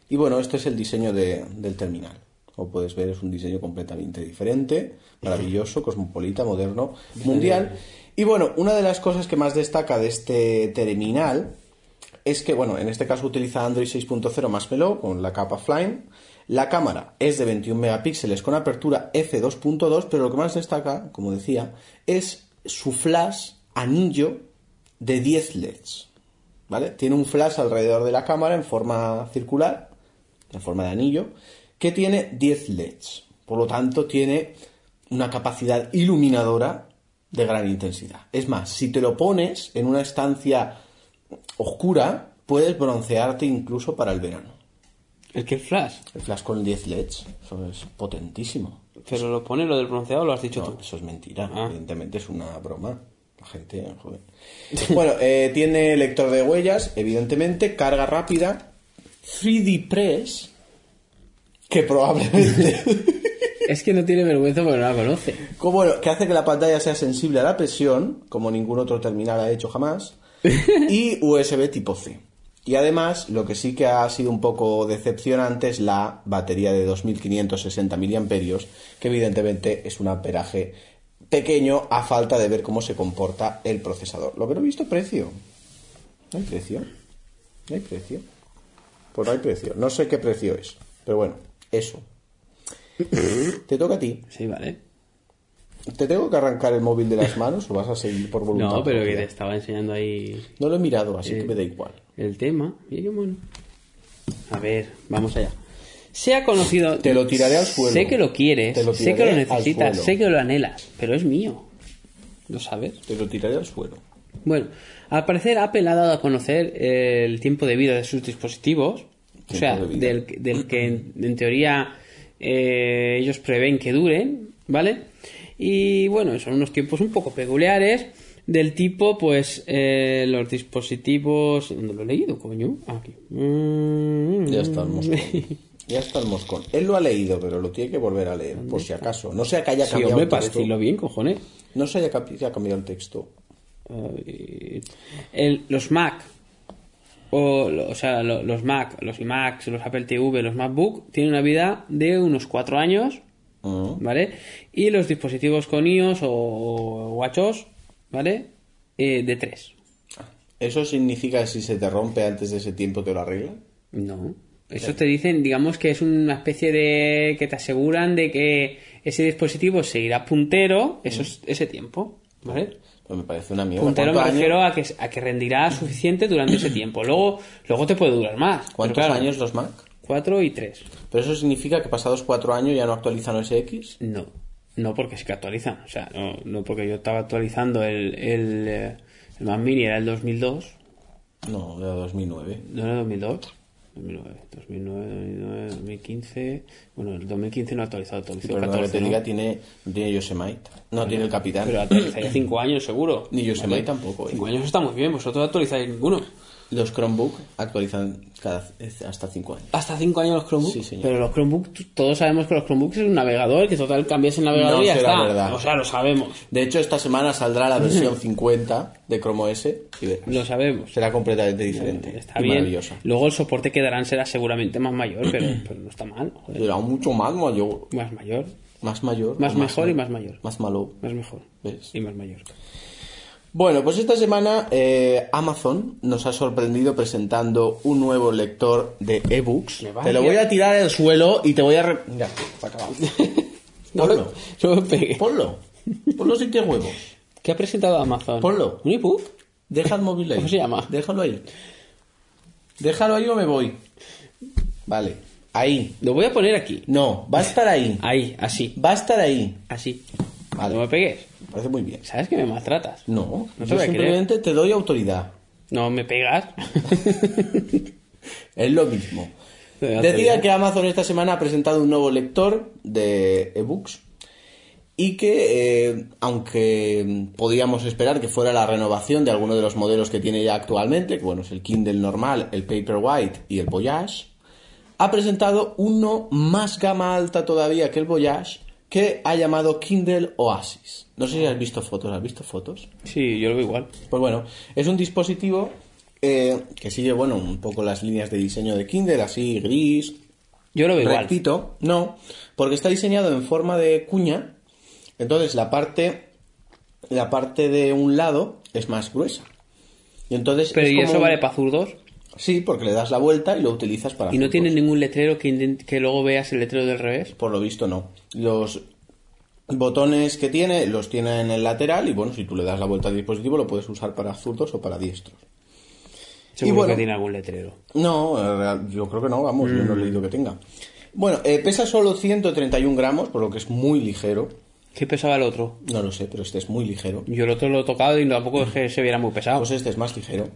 [SPEAKER 2] Y bueno, este es el diseño de- del terminal. Como puedes ver, es un diseño completamente diferente, maravilloso, cosmopolita, moderno, mundial. Y bueno, una de las cosas que más destaca de este terminal es que, bueno, en este caso utiliza Android 6.0 más Melo con la capa Flyme. La cámara es de 21 megapíxeles con apertura f2.2, pero lo que más destaca, como decía, es su flash anillo de 10 LEDs. ¿Vale? Tiene un flash alrededor de la cámara en forma circular, en forma de anillo, que tiene 10 LEDs. Por lo tanto, tiene una capacidad iluminadora de gran intensidad. Es más, si te lo pones en una estancia oscura, puedes broncearte incluso para el verano.
[SPEAKER 1] El que es flash.
[SPEAKER 2] El flash con 10 LEDs, E eso es potentísimo.
[SPEAKER 1] Pero lo pone lo del bronceado, lo has dicho
[SPEAKER 2] No,
[SPEAKER 1] tú.
[SPEAKER 2] eso es mentira,
[SPEAKER 1] Ah.
[SPEAKER 2] evidentemente es una broma. La gente, joder. bueno, eh, tiene lector de huellas, evidentemente, carga rápida, 3D Press, que probablemente...
[SPEAKER 1] Es que no tiene vergüenza porque no la conoce.
[SPEAKER 2] como, bueno, que hace que la pantalla sea sensible a la presión, como ningún otro terminal ha hecho jamás, y USB tipo C. Y además, lo que sí que ha sido un poco decepcionante es la batería de 2560 miliamperios, que evidentemente es un amperaje pequeño a falta de ver cómo se comporta el procesador. Lo que no he visto precio. No hay precio. No hay precio. Pues no hay precio. No sé qué precio es, pero bueno, eso. Te toca a ti.
[SPEAKER 1] Sí, vale.
[SPEAKER 2] ¿Te tengo que arrancar el móvil de las manos o vas a seguir por voluntad?
[SPEAKER 1] No, pero que
[SPEAKER 2] propia?
[SPEAKER 1] te estaba enseñando ahí
[SPEAKER 2] No lo he mirado, así que
[SPEAKER 1] Eh.
[SPEAKER 2] me da igual.
[SPEAKER 1] el tema. Mira qué mono. A ver, vamos allá. Se ha conocido.
[SPEAKER 2] Te lo tiraré al suelo.
[SPEAKER 1] Sé que lo quieres,
[SPEAKER 2] Te lo
[SPEAKER 1] sé que
[SPEAKER 2] tiraré
[SPEAKER 1] lo
[SPEAKER 2] al
[SPEAKER 1] necesitas,
[SPEAKER 2] suelo.
[SPEAKER 1] sé que lo anhelas, pero es mío. ¿Lo sabes?
[SPEAKER 2] Te lo tiraré al suelo.
[SPEAKER 1] Bueno, al parecer Apple ha dado a conocer eh, el tiempo de vida de sus dispositivos, o
[SPEAKER 2] Tiempo
[SPEAKER 1] sea,
[SPEAKER 2] de vida.
[SPEAKER 1] del, del que en, en teoría eh, ellos prevén que duren, ¿vale? Y bueno, son unos tiempos un poco peculiares del tipo, pues, eh, los dispositivos... ¿Dónde lo he leído, coño? Aquí. Mm.
[SPEAKER 2] Ya está el moscón. Ya está el moscón. Él lo ha leído, pero lo tiene que volver a leer, por si acaso. No sea que haya
[SPEAKER 1] Sí,
[SPEAKER 2] cambiado
[SPEAKER 1] hombre,
[SPEAKER 2] el
[SPEAKER 1] para
[SPEAKER 2] texto.
[SPEAKER 1] decirlo bien, cojones.
[SPEAKER 2] No se haya cambi- que haya cambiado el texto.
[SPEAKER 1] Eh, el- los Mac, o, lo- o sea, lo- los Mac, los iMacs, los Apple TV, los MacBook, tienen una vida de unos 4 años,
[SPEAKER 2] Ah.
[SPEAKER 1] ¿vale? Y los dispositivos con iOS o WatchOS, ¿vale? Eh, de 3.
[SPEAKER 2] ¿Eso significa que si se te rompe antes de ese tiempo te lo arregla?
[SPEAKER 1] No. Eso te dicen, digamos que es una especie de... que te aseguran de que ese dispositivo seguirá puntero esos- ese tiempo, ¿vale?
[SPEAKER 2] No Pues me parece una mierda.
[SPEAKER 1] Puntero me
[SPEAKER 2] ¿Cuántos años-
[SPEAKER 1] refiero a que, a que rendirá suficiente durante ese tiempo. Luego, luego te puede durar más. Pero
[SPEAKER 2] ¿Cuántos
[SPEAKER 1] claro,
[SPEAKER 2] años los Mac?
[SPEAKER 1] Cuatro y tres.
[SPEAKER 2] Pero eso significa que pasados cuatro años ya no actualizan OS X.
[SPEAKER 1] No, no porque sí que actualizan. O sea, no, no porque yo estaba actualizando el, el, eh, el Mac Mini era el 2002.
[SPEAKER 2] No, de 2009.
[SPEAKER 1] ¿No era 2002? 2009, 2009, 2009, 2015. Bueno, el 2015 no ha actualizado, actualizó
[SPEAKER 2] Pero no que
[SPEAKER 1] 14.
[SPEAKER 2] te
[SPEAKER 1] ¿no?
[SPEAKER 2] diga tiene, tiene Yosemite. No tiene el Capitán.
[SPEAKER 1] Pero actualizaría 5 años seguro.
[SPEAKER 2] Ni Yosemite tampoco, eh.
[SPEAKER 1] 5 años está muy bien, vosotros no actualizáis ninguno.
[SPEAKER 2] Los Chromebook actualizan cada, hasta cinco años.
[SPEAKER 1] Hasta 5 años los Chromebooks.
[SPEAKER 2] Sí, señor.
[SPEAKER 1] Pero los Chromebooks, t- todos sabemos que los Chromebooks es un navegador, que total cambias el navegador
[SPEAKER 2] No
[SPEAKER 1] y ya
[SPEAKER 2] será
[SPEAKER 1] está.
[SPEAKER 2] verdad.
[SPEAKER 1] O sea, lo sabemos.
[SPEAKER 2] De hecho, esta semana saldrá la versión 50 de Chrome OS y verás.
[SPEAKER 1] Lo sabemos.
[SPEAKER 2] Será completamente diferente.
[SPEAKER 1] Está
[SPEAKER 2] y
[SPEAKER 1] bien.
[SPEAKER 2] maravillosa.
[SPEAKER 1] Luego el soporte que darán será seguramente más mayor, pero, pero no está mal. joder.
[SPEAKER 2] Será mucho más mayor.
[SPEAKER 1] Más mayor,
[SPEAKER 2] Más mayor.
[SPEAKER 1] Más
[SPEAKER 2] o
[SPEAKER 1] mejor y más mayor.
[SPEAKER 2] Más malo.
[SPEAKER 1] más mejor.
[SPEAKER 2] ¿Ves?
[SPEAKER 1] Y más mayor.
[SPEAKER 2] Bueno, pues esta semana eh, Amazon nos ha sorprendido presentando un nuevo lector de ebooks.
[SPEAKER 1] Me va
[SPEAKER 2] Te lo
[SPEAKER 1] bien.
[SPEAKER 2] voy a tirar al suelo y te voy a... re- Mira, se ha acabado. Ponlo.
[SPEAKER 1] No me pegues.
[SPEAKER 2] Ponlo. Ponlo sin que huevos.
[SPEAKER 1] ¿Qué ha presentado Amazon?
[SPEAKER 2] Ponlo.
[SPEAKER 1] ¿Un ebook?
[SPEAKER 2] Deja el móvil ahí.
[SPEAKER 1] ¿Cómo se llama?
[SPEAKER 2] Déjalo ahí. Déjalo ahí o me voy. Vale. Ahí.
[SPEAKER 1] Lo voy a poner aquí.
[SPEAKER 2] No, va a estar ahí.
[SPEAKER 1] Ahí, así.
[SPEAKER 2] Va a estar ahí.
[SPEAKER 1] Así.
[SPEAKER 2] Vale.
[SPEAKER 1] No me pegues.
[SPEAKER 2] Me parece muy bien.
[SPEAKER 1] Sabes que me maltratas.
[SPEAKER 2] No,
[SPEAKER 1] No te
[SPEAKER 2] yo
[SPEAKER 1] voy a
[SPEAKER 2] simplemente te doy autoridad.
[SPEAKER 1] No me pegas.
[SPEAKER 2] Es lo mismo.
[SPEAKER 1] Te doy
[SPEAKER 2] Decía
[SPEAKER 1] autoridad.
[SPEAKER 2] que Amazon esta semana ha presentado un nuevo lector de ebooks y que, eh, aunque podíamos esperar que fuera la renovación de alguno de los modelos que tiene ya actualmente, que bueno, es el Kindle normal, el Paperwhite y el Voyage, ha presentado uno más gama alta todavía que el Voyage, que ha llamado Kindle Oasis. No sé si has visto fotos, ¿has visto fotos?
[SPEAKER 1] sí, yo lo veo igual.
[SPEAKER 2] Pues bueno, es un dispositivo eh, que sigue, bueno, un poco las líneas de diseño de Kindle, así gris,
[SPEAKER 1] Yo lo veo igual.
[SPEAKER 2] rectito. No, porque está diseñado en forma de cuña, entonces la parte, la parte de un lado es más gruesa. Y entonces
[SPEAKER 1] Pero
[SPEAKER 2] es
[SPEAKER 1] ¿y
[SPEAKER 2] como
[SPEAKER 1] eso
[SPEAKER 2] un-
[SPEAKER 1] vale para zurdos?
[SPEAKER 2] Sí, porque le das la vuelta y lo utilizas para...
[SPEAKER 1] ¿Y no
[SPEAKER 2] hacer
[SPEAKER 1] tiene
[SPEAKER 2] cosas.
[SPEAKER 1] ningún letrero que, indent- que luego veas el letrero del revés?
[SPEAKER 2] Por lo visto no. Los botones que tiene los tiene en el lateral y bueno, si tú le das la vuelta al dispositivo lo puedes usar para zurdos o para diestros.
[SPEAKER 1] Seguro
[SPEAKER 2] bueno.
[SPEAKER 1] que tiene algún letrero.
[SPEAKER 2] No, eh, real- yo creo que no, vamos, yo no he leído que tenga. Bueno, eh, pesa solo 131 gramos, por lo que es muy ligero.
[SPEAKER 1] ¿Qué pesaba el otro?
[SPEAKER 2] No lo sé, pero este es muy ligero.
[SPEAKER 1] Yo el otro lo he tocado y tampoco es que se viera muy pesado.
[SPEAKER 2] Pues este es más ligero.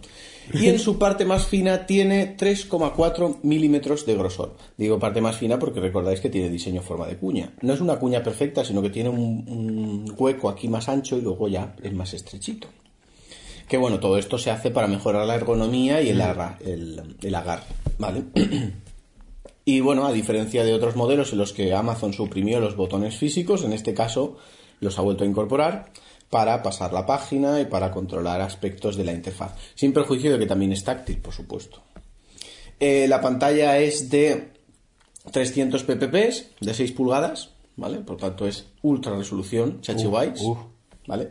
[SPEAKER 2] Y en su parte más fina tiene 3,4 milímetros de grosor. Digo parte más fina porque recordáis que tiene diseño en forma de cuña. No es una cuña perfecta, sino que tiene un, un hueco aquí más ancho y luego ya es más estrechito. Que bueno, todo esto se hace para mejorar la ergonomía y el, arra- el- el agarre, ¿vale? Y bueno, a diferencia de otros modelos en los que Amazon suprimió los botones físicos, en este caso los ha vuelto a incorporar para pasar la página y para controlar aspectos de la interfaz. Sin perjuicio de que también es táctil, por supuesto. Eh, la pantalla es de 300 ppp de 6 pulgadas, ¿vale? Por tanto es ultra resolución, chachi bytes,
[SPEAKER 1] uf.
[SPEAKER 2] ¿vale?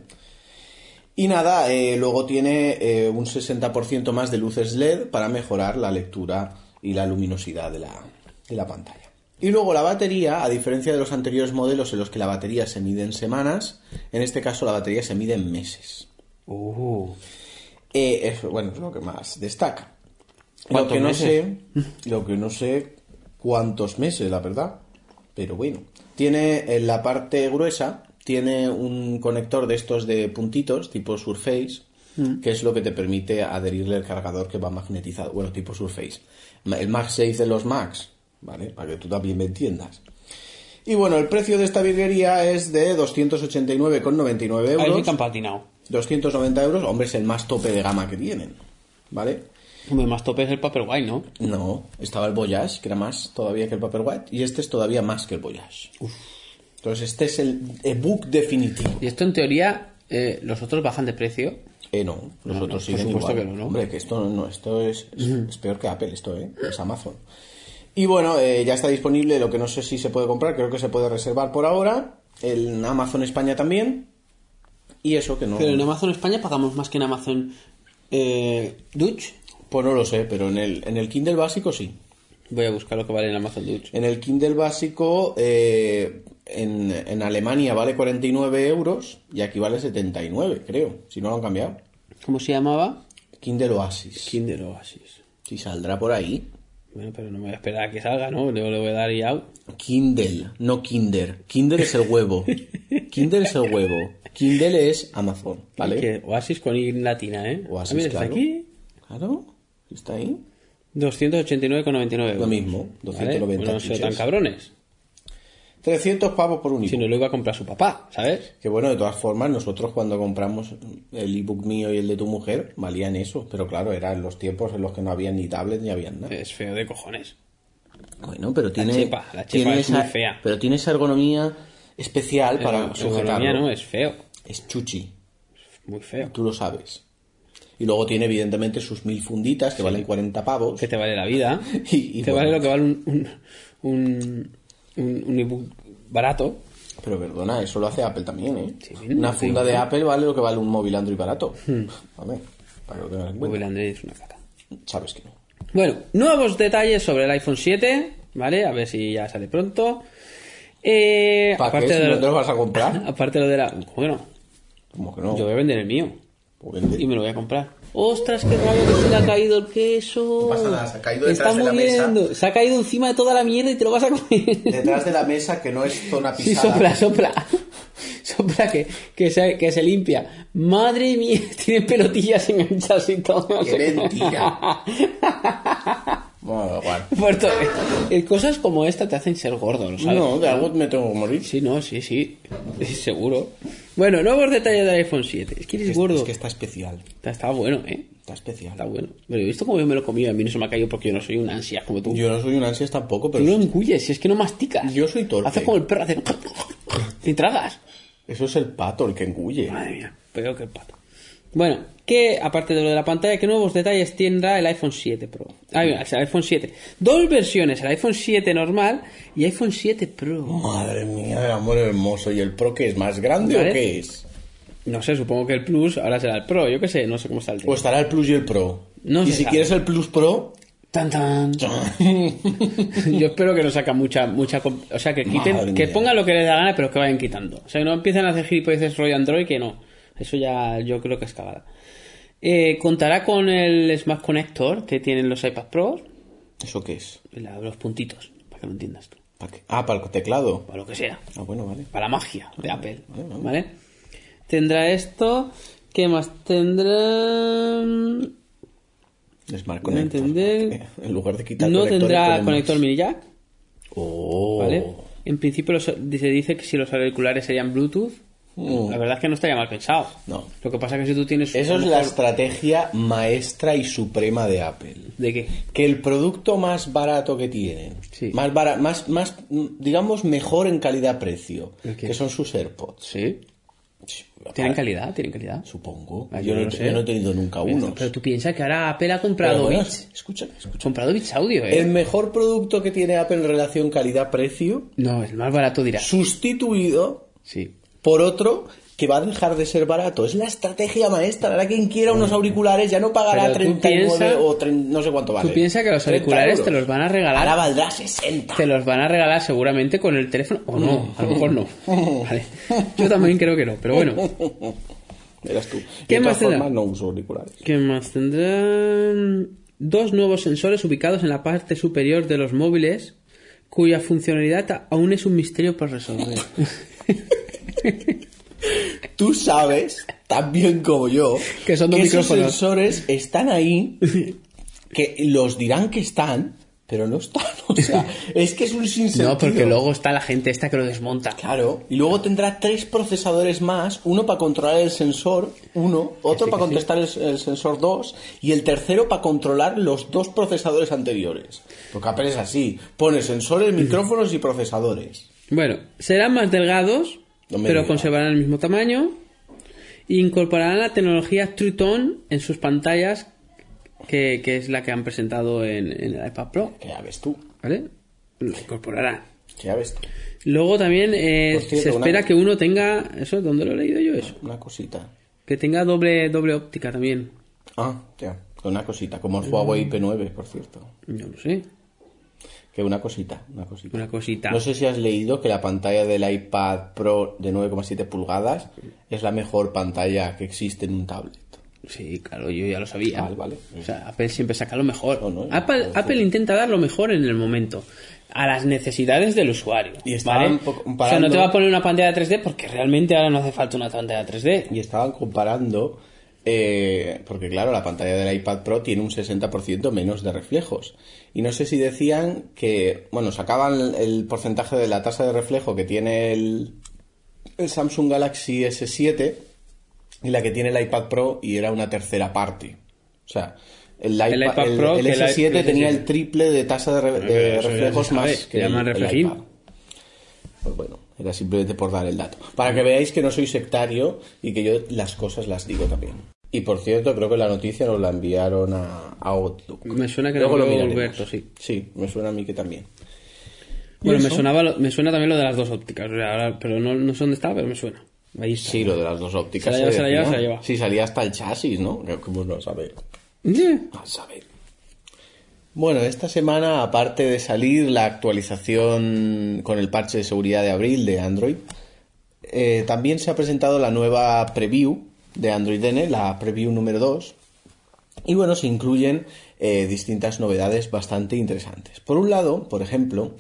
[SPEAKER 2] Y nada, eh, luego tiene eh, un 60% más de luces LED para mejorar la lectura y la luminosidad de la, de la pantalla. Y luego la batería, a diferencia de los anteriores modelos en los que la batería se mide en semanas, en este caso la batería se mide en meses.
[SPEAKER 1] Uh,
[SPEAKER 2] Eh, es, bueno, es lo que más destaca. Lo
[SPEAKER 1] ¿Cuántos
[SPEAKER 2] que no
[SPEAKER 1] meses?
[SPEAKER 2] sé, lo que no sé cuántos meses, la verdad. Pero bueno, tiene en la parte gruesa tiene un conector de estos de puntitos tipo Surface,
[SPEAKER 1] Mm.
[SPEAKER 2] que es lo que te permite adherirle el cargador que va magnetizado, bueno, tipo Surface. Ma- El MagSafe de los Macs, ¿vale? Para que tú también me entiendas. Y bueno, el precio de esta virguería es de 289,99 euros.
[SPEAKER 1] ahí sí que han patinado.
[SPEAKER 2] 290 euros, hombre, es el más tope de gama que tienen, ¿vale?
[SPEAKER 1] Hombre, más tope es el Paperwhite, ¿no?
[SPEAKER 2] No, estaba el Voyage, que era más todavía que el Paperwhite, y este es todavía más que el Voyage. Entonces, este es el ebook definitivo.
[SPEAKER 1] Y esto en teoría, eh, los otros bajan de precio.
[SPEAKER 2] Eh, no, los
[SPEAKER 1] no, por
[SPEAKER 2] otros siguen
[SPEAKER 1] supuesto
[SPEAKER 2] igual.
[SPEAKER 1] que no, ¿no?
[SPEAKER 2] Hombre, que esto no, no, esto es, es- es peor que Apple, esto, ¿eh? Es Amazon. Y bueno, eh, ya está disponible lo que no sé si se puede comprar, creo que se puede reservar por ahora. En Amazon España también. Y eso que no.
[SPEAKER 1] Pero en Amazon España pagamos más que en Amazon eh, Dutch.
[SPEAKER 2] Pues no lo sé, pero en el, en el Kindle básico sí.
[SPEAKER 1] Voy a buscar lo que vale en Amazon Dutch.
[SPEAKER 2] En el Kindle básico eh, en, en Alemania vale 49 euros y aquí vale 79, creo, si no lo han cambiado.
[SPEAKER 1] ¿Cómo se llamaba?
[SPEAKER 2] Kindle Oasis.
[SPEAKER 1] Kinder Oasis.
[SPEAKER 2] Si saldrá por ahí.
[SPEAKER 1] Bueno, pero no me voy a esperar a que salga, ¿no? Luego le voy a dar y out.
[SPEAKER 2] Kindle, no Kinder. Kinder es el huevo. Kindle es el huevo. Kindle es Amazon, ¿vale?
[SPEAKER 1] Que Oasis con I latina, ¿eh?
[SPEAKER 2] Oasis,
[SPEAKER 1] Ah, mira,
[SPEAKER 2] claro.
[SPEAKER 1] está aquí.
[SPEAKER 2] Claro, está ahí.
[SPEAKER 1] 289,99 euros.
[SPEAKER 2] Lo mismo, 290
[SPEAKER 1] Bueno, no sean tan
[SPEAKER 2] chiches.
[SPEAKER 1] cabrones.
[SPEAKER 2] 300 pavos por un ebook.
[SPEAKER 1] Si no lo iba a comprar su papá, ¿sabes?
[SPEAKER 2] Que bueno, de todas formas, nosotros cuando compramos el ebook mío y el de tu mujer, valían eso. Pero claro, eran los tiempos en los que no había ni tablet ni había nada.
[SPEAKER 1] Es feo de cojones.
[SPEAKER 2] Bueno, pero tiene.
[SPEAKER 1] chepa, la chepa
[SPEAKER 2] tiene
[SPEAKER 1] es muy fea.
[SPEAKER 2] Pero tiene esa ergonomía especial para
[SPEAKER 1] Pero su
[SPEAKER 2] sujetarlo.
[SPEAKER 1] economía no es feo.
[SPEAKER 2] Es chuchi,
[SPEAKER 1] Muy feo.
[SPEAKER 2] tú lo sabes. Y luego tiene, evidentemente, sus mil funditas que valen 40 pavos.
[SPEAKER 1] Que te vale la vida.
[SPEAKER 2] Y- y
[SPEAKER 1] te
[SPEAKER 2] bueno.
[SPEAKER 1] vale lo que vale un, un, un, un- un ebook barato.
[SPEAKER 2] Pero perdona, eso lo hace Apple también, ¿eh?
[SPEAKER 1] Sí, Hmm.
[SPEAKER 2] Una
[SPEAKER 1] no
[SPEAKER 2] funda de Apple vale lo que vale un móvil Android barato. A ver, para que lo tengas en cuenta.
[SPEAKER 1] Google Android es una caca.
[SPEAKER 2] Sabes que no.
[SPEAKER 1] Bueno, nuevos detalles sobre el iPhone 7, ¿vale? A ver si ya sale pronto. Eh,
[SPEAKER 2] ¿Para qué?
[SPEAKER 1] aparte,
[SPEAKER 2] Si
[SPEAKER 1] de
[SPEAKER 2] no te lo
[SPEAKER 1] lo,
[SPEAKER 2] vas a comprar.
[SPEAKER 1] aparte de lo de la... Bueno,
[SPEAKER 2] Como que no.
[SPEAKER 1] yo voy a vender el mío
[SPEAKER 2] Pues vende.
[SPEAKER 1] y me lo voy a comprar. ¡Ostras, qué raro que se le ha caído el queso!
[SPEAKER 2] No pasa nada, se ha caído detrás
[SPEAKER 1] Está
[SPEAKER 2] de la mesa.
[SPEAKER 1] muriendo. Se ha caído encima de toda la mierda y te lo vas a comer.
[SPEAKER 2] Detrás de la mesa que no es zona
[SPEAKER 1] Sí,
[SPEAKER 2] pisada.
[SPEAKER 1] sopla, sopla. Sopla que, que, se, que se limpia. Madre mía, tiene pelotillas enganchadas y todo. no
[SPEAKER 2] Qué
[SPEAKER 1] sé cómo.
[SPEAKER 2] mentira. Bueno, da igual.
[SPEAKER 1] Por todo- eh, Cosas como esta te hacen ser gordo, ¿lo sabes?
[SPEAKER 2] No, de algo me tengo que morir.
[SPEAKER 1] Sí, no, sí, sí. Seguro. Bueno, nuevos detalles del iPhone 7. Es que eres gordo.
[SPEAKER 2] Es que está especial.
[SPEAKER 1] Está, está bueno, ¿eh?
[SPEAKER 2] Está especial.
[SPEAKER 1] Está bueno. Pero he visto cómo yo me lo he comido. A mí no se me ha caído porque yo no soy un ansia como tú.
[SPEAKER 2] Yo no soy un ansias tampoco,
[SPEAKER 1] Tú
[SPEAKER 2] pero
[SPEAKER 1] no engulles, si es que no masticas.
[SPEAKER 2] Yo soy torpe.
[SPEAKER 1] Haces como el perro, haces... Te tragas.
[SPEAKER 2] eso es el pato, el que engulle.
[SPEAKER 1] Madre mía, peor que el pato. Bueno, que aparte de lo de la pantalla, ¿qué nuevos detalles tendrá el iPhone 7 Pro? Ah, mira, el iPhone 7. Dos versiones, el iPhone 7 normal y iPhone 7 Pro.
[SPEAKER 2] Madre mía, el amor hermoso. ¿Y el pro qué es? ¿Más grande
[SPEAKER 1] Vale.
[SPEAKER 2] o qué es?
[SPEAKER 1] No sé, supongo que el Plus ahora será el Pro, yo qué sé, no sé cómo está el tema.
[SPEAKER 2] O estará el plus y el pro.
[SPEAKER 1] No
[SPEAKER 2] y
[SPEAKER 1] se
[SPEAKER 2] si
[SPEAKER 1] sabe.
[SPEAKER 2] quieres el plus pro,
[SPEAKER 1] Tan, tan. Yo espero que no saca mucha, mucha. com- O sea, que quiten,
[SPEAKER 2] Madre
[SPEAKER 1] que
[SPEAKER 2] mía.
[SPEAKER 1] pongan lo que les da gana, pero que vayan quitando. O sea, que no empiecen a hacer gilipolleces rollo Android, que no. Eso ya yo creo que es cagada. Eh, contará con el Smart Connector que tienen los iPad Pro,
[SPEAKER 2] ¿eso qué es?
[SPEAKER 1] la- los puntitos, para que lo entiendas tú,
[SPEAKER 2] ¿Para qué? Ah, para el teclado.
[SPEAKER 1] para lo que sea,
[SPEAKER 2] Ah, bueno, vale.
[SPEAKER 1] para la magia de Apple, ¿vale? Tendrá esto, ¿qué más tendrá?
[SPEAKER 2] Smart Connector.
[SPEAKER 1] entender.
[SPEAKER 2] eh, En lugar de quitar
[SPEAKER 1] No
[SPEAKER 2] conectores,
[SPEAKER 1] tendrá
[SPEAKER 2] ponen
[SPEAKER 1] conector
[SPEAKER 2] más.
[SPEAKER 1] mini jack.
[SPEAKER 2] Oh.
[SPEAKER 1] ¿Vale? En principio los- se dice que si los auriculares serían Bluetooth,
[SPEAKER 2] Mm.
[SPEAKER 1] la verdad es que no estaría mal pensado.
[SPEAKER 2] No.
[SPEAKER 1] Lo que pasa es que si tú tienes...
[SPEAKER 2] Eso
[SPEAKER 1] a
[SPEAKER 2] es
[SPEAKER 1] lo
[SPEAKER 2] la
[SPEAKER 1] mejor-
[SPEAKER 2] estrategia maestra y suprema de Apple.
[SPEAKER 1] ¿De qué?
[SPEAKER 2] Que el producto más barato que tienen,
[SPEAKER 1] Sí.
[SPEAKER 2] más, bara- más, más, mm, digamos, mejor en calidad-precio,
[SPEAKER 1] ¿El qué?
[SPEAKER 2] que son sus AirPods.
[SPEAKER 1] Sí. Tienen calidad, tienen calidad.
[SPEAKER 2] Supongo.
[SPEAKER 1] Ah,
[SPEAKER 2] yo,
[SPEAKER 1] yo
[SPEAKER 2] no,
[SPEAKER 1] no sé.
[SPEAKER 2] yo no he tenido nunca uno.
[SPEAKER 1] Pero tú piensas que ahora Apple ha comprado Beats.
[SPEAKER 2] escucha, escucha.
[SPEAKER 1] Comprado Beats Audio, ¿eh?
[SPEAKER 2] El mejor producto que tiene Apple en relación calidad-precio,
[SPEAKER 1] No, el más barato dirá.
[SPEAKER 2] sustituido
[SPEAKER 1] Sí.
[SPEAKER 2] por otro que va a dejar de ser barato. Es la estrategia maestra. Ahora quien quiera unos auriculares ya no pagará
[SPEAKER 1] Pero tú
[SPEAKER 2] 39
[SPEAKER 1] piensa-
[SPEAKER 2] o 30 no sé cuánto vale.
[SPEAKER 1] Tú piensas que los
[SPEAKER 2] 30
[SPEAKER 1] auriculares
[SPEAKER 2] euros.
[SPEAKER 1] te los van a regalar.
[SPEAKER 2] Ahora valdrá 60.
[SPEAKER 1] Te los van a regalar seguramente con el teléfono. O no, a lo mejor no. Vale. Yo también creo que no, pero bueno.
[SPEAKER 2] Verás tú.
[SPEAKER 1] ¿Qué
[SPEAKER 2] de todas
[SPEAKER 1] más te da?
[SPEAKER 2] formas, no uso auriculares.
[SPEAKER 1] ¿Qué más tendrán? Dos nuevos sensores ubicados en la parte superior de los móviles, cuya funcionalidad a- aún es un misterio por resolver.
[SPEAKER 2] Tú sabes, tan bien como yo,
[SPEAKER 1] Que son dos
[SPEAKER 2] esos
[SPEAKER 1] micrófonos.
[SPEAKER 2] sensores están ahí, que los dirán que están, pero no están. O sea, es que es un sinsentido.
[SPEAKER 1] no, porque luego está la gente esta que lo desmonta.
[SPEAKER 2] Claro, y luego tendrá tres procesadores más, uno para controlar el sensor, uno, otro
[SPEAKER 1] sí,
[SPEAKER 2] para
[SPEAKER 1] que sí.
[SPEAKER 2] contestar el, el sensor 2 y el tercero para controlar los dos procesadores anteriores. Porque Apple es así, pone sensores, micrófonos y procesadores.
[SPEAKER 1] Bueno, serán más delgados,
[SPEAKER 2] No me
[SPEAKER 1] pero
[SPEAKER 2] digas.
[SPEAKER 1] conservarán el mismo tamañimo. E incorporarán la tecnología True Tone en sus pantallas, que, que es la que han presentado en, en el iPad Pro.
[SPEAKER 2] Que ya ves tú,
[SPEAKER 1] ¿Vale? Lo incorporarán.
[SPEAKER 2] que ya ves tú.
[SPEAKER 1] Luego también eh,
[SPEAKER 2] Por cierto,
[SPEAKER 1] se espera
[SPEAKER 2] una-
[SPEAKER 1] que uno tenga. ¿Eso? ¿Dónde lo he leído yo eso?
[SPEAKER 2] Una cosita.
[SPEAKER 1] Que tenga doble, doble óptica también. Mm.
[SPEAKER 2] Ah, ya, una cosita, como el Huawei P9, por cierto.
[SPEAKER 1] Yo no sé.
[SPEAKER 2] Que una cosita, una cosita.
[SPEAKER 1] Una cosita.
[SPEAKER 2] No sé si has leído que la pantalla del iPad Pro de 9,7 pulgadas es la mejor pantalla que existe en un tablet.
[SPEAKER 1] Sí, claro, yo ya lo sabía.
[SPEAKER 2] Vale, Ah, vale.
[SPEAKER 1] O sea, Apple siempre saca lo mejor.
[SPEAKER 2] No, no,
[SPEAKER 1] Apple,
[SPEAKER 2] no,
[SPEAKER 1] Apple intenta dar lo mejor en el momento. A las necesidades del usuario.
[SPEAKER 2] Y estaban
[SPEAKER 1] ¿vale?
[SPEAKER 2] un poco
[SPEAKER 1] O sea, no te
[SPEAKER 2] comparando-
[SPEAKER 1] va a poner una pantalla 3D porque realmente ahora no hace falta una pantalla 3D.
[SPEAKER 2] Y estaban comparando, eh, porque claro, la pantalla del iPad Pro tiene un 60% menos de reflejos. Y no sé si decían que, bueno, sacaban el porcentaje de la tasa de reflejo que tiene el, el Samsung Galaxy S7 y la que tiene el iPad Pro y era una tercera parte. O sea, el, iPad,
[SPEAKER 1] iPad
[SPEAKER 2] el-
[SPEAKER 1] Pro
[SPEAKER 2] el
[SPEAKER 1] que el
[SPEAKER 2] S7
[SPEAKER 1] i-
[SPEAKER 2] tenía el triple de tasa de, re- de
[SPEAKER 1] pero Eh, eso ya
[SPEAKER 2] reflejos
[SPEAKER 1] se sabe,
[SPEAKER 2] más
[SPEAKER 1] se
[SPEAKER 2] que el,
[SPEAKER 1] llama
[SPEAKER 2] el
[SPEAKER 1] reflejín.
[SPEAKER 2] iPad. Pues bueno, era simplemente por dar el dato. Para que veáis que no soy sectario y que yo las cosas las digo también. Y por cierto, creo que la noticia nos la enviaron a, a Outlook.
[SPEAKER 1] Me suena que
[SPEAKER 2] Luego
[SPEAKER 1] lo
[SPEAKER 2] lo
[SPEAKER 1] envió
[SPEAKER 2] miraremos.
[SPEAKER 1] Alberto, sí.
[SPEAKER 2] Sí, me suena a mí que también.
[SPEAKER 1] Bueno, me,
[SPEAKER 2] eso?
[SPEAKER 1] sonaba lo- me suena también lo de las dos ópticas. o sea, ahora- pero no, no sé dónde estaba, pero me suena. Ahí está.
[SPEAKER 2] Sí, lo de las dos ópticas.
[SPEAKER 1] Se la lleva, se la lleva,
[SPEAKER 2] decía.
[SPEAKER 1] se la lleva.
[SPEAKER 2] Sí, salía hasta el chasis, ¿no? ¿Cómo no saber?
[SPEAKER 1] Yeah.
[SPEAKER 2] A saber. Bueno, esta semana, aparte de salir la actualización con el parche de seguridad de abril de Android, eh, también se ha presentado la nueva preview de Android N, la preview número 2. Y bueno, se incluyen eh, distintas novedades bastante interesantes. Por un lado, por ejemplo,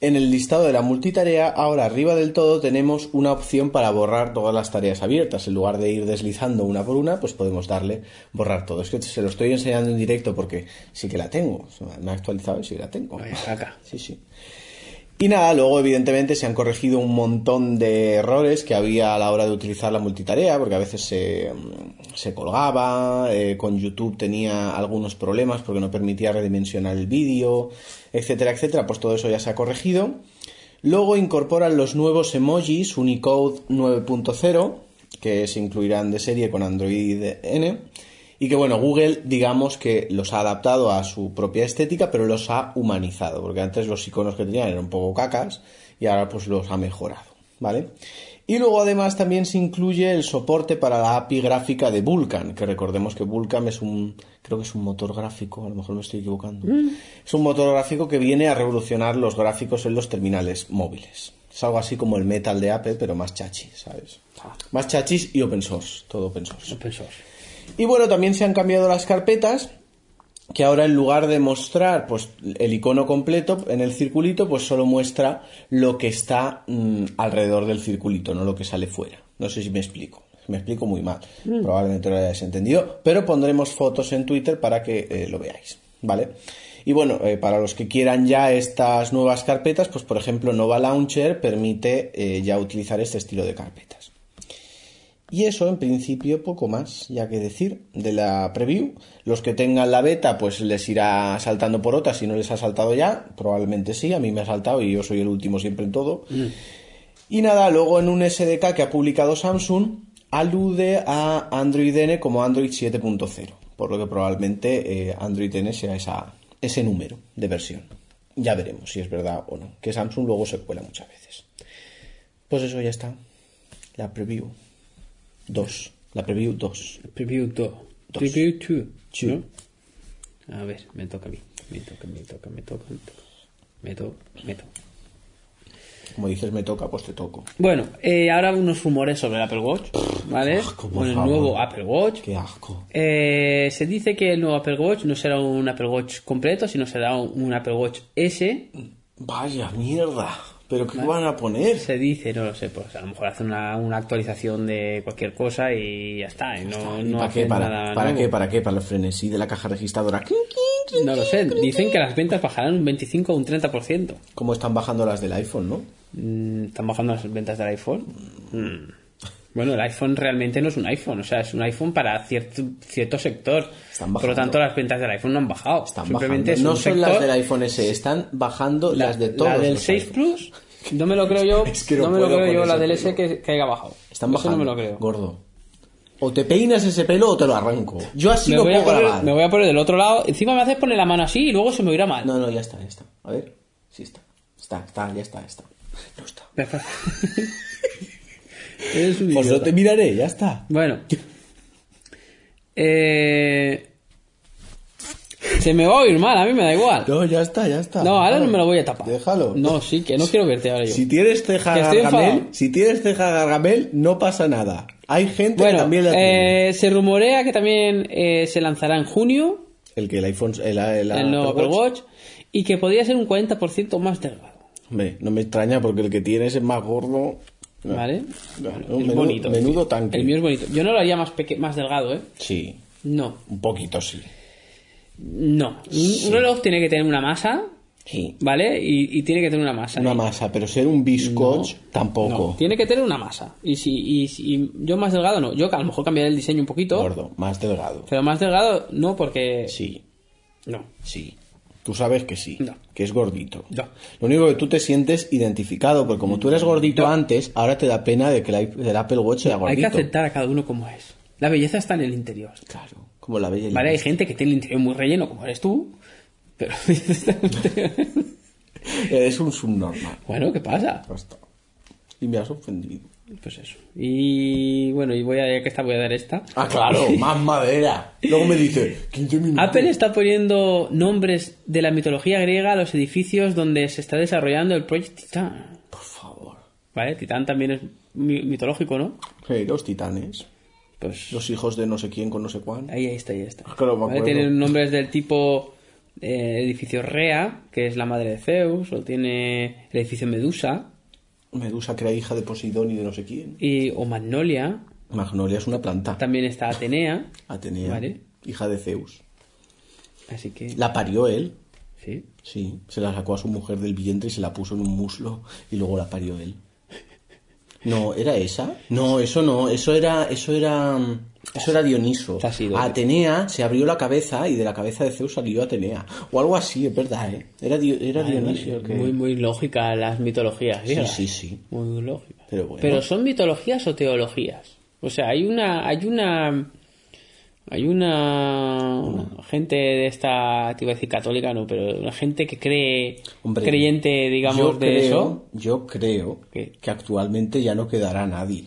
[SPEAKER 2] en el listado de la multitarea, ahora arriba del todo tenemos una opción para borrar todas las tareas abiertas. En lugar de ir deslizando una por una, pues podemos darle borrar todo. Es que se lo estoy enseñando en directo porque sí que la tengo. Se me- Me ha actualizado y sí que la tengo.
[SPEAKER 1] Vaya caca.
[SPEAKER 2] Sí, sí. Y nada, luego evidentemente se han corregido un montón de errores que había a la hora de utilizar la multitarea, porque a veces se, mm, se colgaba, eh, con YouTube tenía algunos problemas porque no permitía redimensionar el vídeo, etcétera, etcétera. Pues todo eso ya se ha corregido. Luego incorporan los nuevos emojis Unicode 9.0, que se incluirán de serie con Android N. Y que bueno, Google digamos que los ha adaptado a su propia estética, pero los ha humanizado, porque antes los iconos que tenían eran un poco cacas y ahora pues los ha mejorado, ¿vale? Y luego además también se incluye el soporte para la API gráfica de Vulkan, que recordemos que Vulkan es un, creo que es un motor gráfico, a lo mejor me estoy equivocando. Es un motor gráfico que viene a revolucionar los gráficos en los terminales móviles. Es algo así como el metal de Apple, pero más chachi, ¿sabes? Más chachis y open source, todo open source.
[SPEAKER 1] Open source.
[SPEAKER 2] Y bueno, también se han cambiado las carpetas, que ahora en lugar de mostrar pues, el icono completo en el circulito, pues solo muestra lo que está mm, alrededor del circulito, no lo que sale fuera. No sé si me explico. Me explico muy mal. Probablemente lo hayáis entendido. Pero pondremos fotos en Twitter para que eh, lo veáis. ¿Vale? Y bueno, eh, para los que quieran ya estas nuevas carpetas, pues por ejemplo Nova Launcher permite eh, ya utilizar este estilo de carpetas. Y eso, en principio, poco más ya que decir de la preview. Los que tengan la beta, pues les irá saltando por otra. Si no les ha saltado ya, probablemente sí. A mí me ha saltado y yo soy el último siempre en todo. Y nada, luego en un SDK que ha publicado Samsung, alude a Android N como Android 7.0. Por lo que probablemente eh, Android N sea esa- ese número de versión. Ya veremos si es verdad o no. Que Samsung luego se cuela muchas veces. Pues eso ya está. La preview. 2. La preview 2.
[SPEAKER 1] Preview 2.
[SPEAKER 2] Dos.
[SPEAKER 1] Preview 2.
[SPEAKER 2] Two.
[SPEAKER 1] A ver, me toca a mí. Me toca, me toca, me toca, me toca. Me toca, me toca.
[SPEAKER 2] Como dices, me toca, pues te toco.
[SPEAKER 1] Bueno, eh, ahora unos rumores sobre el Apple Watch, ¿vale?
[SPEAKER 2] asco, por
[SPEAKER 1] Con el
[SPEAKER 2] favor.
[SPEAKER 1] nuevo Apple Watch.
[SPEAKER 2] Ah, Qué asco.
[SPEAKER 1] Eh, se dice que el nuevo Apple Watch no será un Apple Watch completo, sino será un, un Apple Watch S.
[SPEAKER 2] Vaya mierda. ¿Pero qué van a poner?
[SPEAKER 1] Se dice, no lo sé, pues a lo mejor hacen una, una actualización de cualquier cosa y ya está. Y no, no
[SPEAKER 2] ¿Para qué?
[SPEAKER 1] hacen
[SPEAKER 2] ¿Para,
[SPEAKER 1] nada
[SPEAKER 2] para
[SPEAKER 1] nuevo.
[SPEAKER 2] qué? ¿Para qué? Para el frenesí de la caja registradora.
[SPEAKER 1] No lo sé. Dicen que las ventas bajarán un 25 o un 30%.
[SPEAKER 2] Como están bajando las del iPhone, ¿no?
[SPEAKER 1] Mm, ¿Están bajando las ventas del iPhone? Mm. Bueno, el iPhone realmente no es un iPhone, o sea, es un iPhone para cierto, cierto sector.
[SPEAKER 2] Están
[SPEAKER 1] Por lo
[SPEAKER 2] bajando.
[SPEAKER 1] tanto, las ventas del iPhone no han bajado.
[SPEAKER 2] Están
[SPEAKER 1] Simplemente
[SPEAKER 2] bajando. No
[SPEAKER 1] es un
[SPEAKER 2] son las
[SPEAKER 1] sector-
[SPEAKER 2] del iPhone S, están bajando
[SPEAKER 1] la-
[SPEAKER 2] las de todos.
[SPEAKER 1] la del
[SPEAKER 2] los
[SPEAKER 1] 6
[SPEAKER 2] iPhones.
[SPEAKER 1] Plus, no me lo creo yo,
[SPEAKER 2] Es que no
[SPEAKER 1] no, me lo
[SPEAKER 2] puedo
[SPEAKER 1] creo
[SPEAKER 2] con
[SPEAKER 1] yo la
[SPEAKER 2] eso,
[SPEAKER 1] del
[SPEAKER 2] tío.
[SPEAKER 1] S que, que haya bajado.
[SPEAKER 2] Están
[SPEAKER 1] Eso no
[SPEAKER 2] bajando.
[SPEAKER 1] me lo creo.
[SPEAKER 2] Gordo. O te peinas ese pelo o te lo arranco. Yo así
[SPEAKER 1] Me
[SPEAKER 2] no
[SPEAKER 1] voy, a
[SPEAKER 2] puedo
[SPEAKER 1] poner,
[SPEAKER 2] grabar.
[SPEAKER 1] me voy a poner del otro lado, encima me haces poner la mano así y luego se me irá mal.
[SPEAKER 2] No, no, ya está, ya está. A ver. Sí está. Está, está, ya está, está. No está.
[SPEAKER 1] Eres un
[SPEAKER 2] Pues
[SPEAKER 1] idiota.
[SPEAKER 2] no te miraré, ya está.
[SPEAKER 1] Bueno. Eh... Se me va a oír mal, a mí me da igual.
[SPEAKER 2] No, ya está, ya está.
[SPEAKER 1] No, ahora no me lo voy a tapar.
[SPEAKER 2] Déjalo.
[SPEAKER 1] No, sí, que no quiero verte ahora yo.
[SPEAKER 2] Si tienes ceja
[SPEAKER 1] Que estoy
[SPEAKER 2] gargamel,
[SPEAKER 1] enfadado.
[SPEAKER 2] si tienes ceja gargamel, no pasa nada. Hay gente que
[SPEAKER 1] bueno,
[SPEAKER 2] también la tiene.
[SPEAKER 1] eh, se rumorea que también eh, se lanzará en junio
[SPEAKER 2] El que el iPhone, el, el-
[SPEAKER 1] el nuevo
[SPEAKER 2] Apple
[SPEAKER 1] Apple Watch y que podría ser un 40% más delgado.
[SPEAKER 2] Hombre, no me extraña porque el que tienes es más gordo. No,
[SPEAKER 1] ¿Vale?
[SPEAKER 2] no,
[SPEAKER 1] Bueno,
[SPEAKER 2] no, Ah. menudo, menudo tanque.
[SPEAKER 1] El mío es bonito. Yo no lo haría más, peque- más delgado, ¿eh?
[SPEAKER 2] Sí,
[SPEAKER 1] No,
[SPEAKER 2] un poquito sí.
[SPEAKER 1] no. Un reloj tiene que tener una masa,
[SPEAKER 2] Sí.
[SPEAKER 1] ¿vale? Y, y tiene que tener una masa.
[SPEAKER 2] Una
[SPEAKER 1] Y-
[SPEAKER 2] masa, pero ser un bizcoch tampoco.
[SPEAKER 1] No, tiene que tener una masa. Y si y, si- y yo más delgado no. Yo a lo mejor cambiaré el diseño un poquito.
[SPEAKER 2] Gordo, más delgado.
[SPEAKER 1] Pero más delgado no, porque.
[SPEAKER 2] Sí,
[SPEAKER 1] No.
[SPEAKER 2] sí. Tú sabes que sí,
[SPEAKER 1] No.
[SPEAKER 2] que es gordito.
[SPEAKER 1] No.
[SPEAKER 2] Lo único que tú te sientes identificado, porque como tú eres gordito antes, ahora te da pena de que el iP- el Apple Watch sea
[SPEAKER 1] Hay que
[SPEAKER 2] gordito.
[SPEAKER 1] aceptar a cada uno como es. La belleza está en el interior.
[SPEAKER 2] Claro, como la bella y la
[SPEAKER 1] Vale, hay
[SPEAKER 2] bestia.
[SPEAKER 1] gente que tiene el interior muy relleno, como eres tú. Pero.
[SPEAKER 2] Eres un subnormal.
[SPEAKER 1] bueno, ¿qué pasa?
[SPEAKER 2] Ya está. Y me has ofendido.
[SPEAKER 1] Pues eso. Y bueno, y voy a, ya que esta voy a dar esta.
[SPEAKER 2] Ah, claro, más madera. Luego me dice, 15 minutos.
[SPEAKER 1] Apple está poniendo nombres de la mitología griega a los edificios donde se está desarrollando el Project Titan.
[SPEAKER 2] Por favor.
[SPEAKER 1] Vale, Titán también es mi- mitológico, ¿no?
[SPEAKER 2] Sí, Eh, los titanes.
[SPEAKER 1] Pues
[SPEAKER 2] Los hijos de no sé quién con no sé cuán.
[SPEAKER 1] ahí, ahí está, ahí está.
[SPEAKER 2] Es que no me
[SPEAKER 1] Vale,
[SPEAKER 2] acuerdo.
[SPEAKER 1] Tienen nombres del tipo eh, edificio Rea, que es la madre de Zeus, o tiene el edificio Medusa,
[SPEAKER 2] Medusa que era hija de Poseidón y de no sé quién.
[SPEAKER 1] y, o Magnolia,
[SPEAKER 2] Magnolia es una planta.
[SPEAKER 1] también está Atenea,
[SPEAKER 2] Atenea.
[SPEAKER 1] Vale.
[SPEAKER 2] Hija de Zeus.
[SPEAKER 1] así que...
[SPEAKER 2] La parió él.
[SPEAKER 1] Sí.
[SPEAKER 2] Sí. Se la sacó a su mujer del vientre y se la puso en un muslo y luego la parió él. No, ¿era esa? No, eso no, eso era, eso era, eso era Dioniso.
[SPEAKER 1] Te has ido.
[SPEAKER 2] Atenea se abrió la cabeza y de la cabeza de Zeus salió Atenea. O algo así, es verdad, ¿eh? Era, Dio- era Dioniso. el que-
[SPEAKER 1] Muy, muy lógica las mitologías
[SPEAKER 2] Sí,
[SPEAKER 1] griegas.
[SPEAKER 2] sí, sí.
[SPEAKER 1] Muy lógica.
[SPEAKER 2] Pero bueno.
[SPEAKER 1] son mitologías o teologías. O sea, hay una, hay una, hay una, gente de esta, te iba a decir católica, no, pero una gente que cree,
[SPEAKER 2] Hombre,
[SPEAKER 1] creyente, digamos,
[SPEAKER 2] yo
[SPEAKER 1] de
[SPEAKER 2] creo-
[SPEAKER 1] eso.
[SPEAKER 2] Yo creo
[SPEAKER 1] ¿Qué?
[SPEAKER 2] que actualmente ya siempre hará nadie.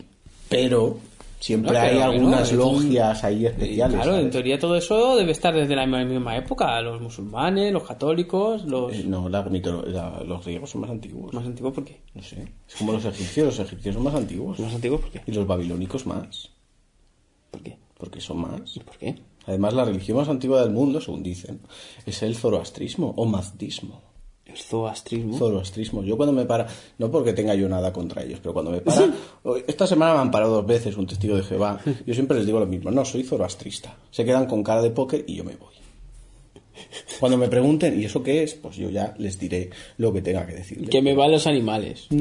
[SPEAKER 2] Pero siempre
[SPEAKER 1] No, pero
[SPEAKER 2] hay
[SPEAKER 1] que no,
[SPEAKER 2] algunas
[SPEAKER 1] es un-
[SPEAKER 2] logias ahí especiales.
[SPEAKER 1] Claro,
[SPEAKER 2] ¿sabes?
[SPEAKER 1] en teoría todo eso debe estar desde la misma época. Los musulmanes, los católicos, los
[SPEAKER 2] Eh, No, la mitolo- la- los griegos son más antiguos.
[SPEAKER 1] Pues más antiguos, ¿por qué?
[SPEAKER 2] No sé. Es como los egipcios, los egipcios son más antiguos.
[SPEAKER 1] Los más antiguos, ¿por qué?
[SPEAKER 2] Y los babilónicos más.
[SPEAKER 1] ¿Por qué?
[SPEAKER 2] Porque son más.
[SPEAKER 1] ¿Por qué?
[SPEAKER 2] Además, la religión más antigua del mundo, según dicen, es el zoroastrismo o mazdismo.
[SPEAKER 1] El zoroastrismo.
[SPEAKER 2] Zoroastrismo. Yo cuando me para, no porque tenga yo nada contra ellos, pero cuando me para, esta semana me han parado dos veces un testigo de Jehová. Yo siempre les digo lo mismo, no, soy zoroastrista. Se quedan con cara de póker y yo me voy. Cuando me pregunten, ¿y eso qué es? Pues yo ya les diré lo que tenga que decir.
[SPEAKER 1] que me van los animales.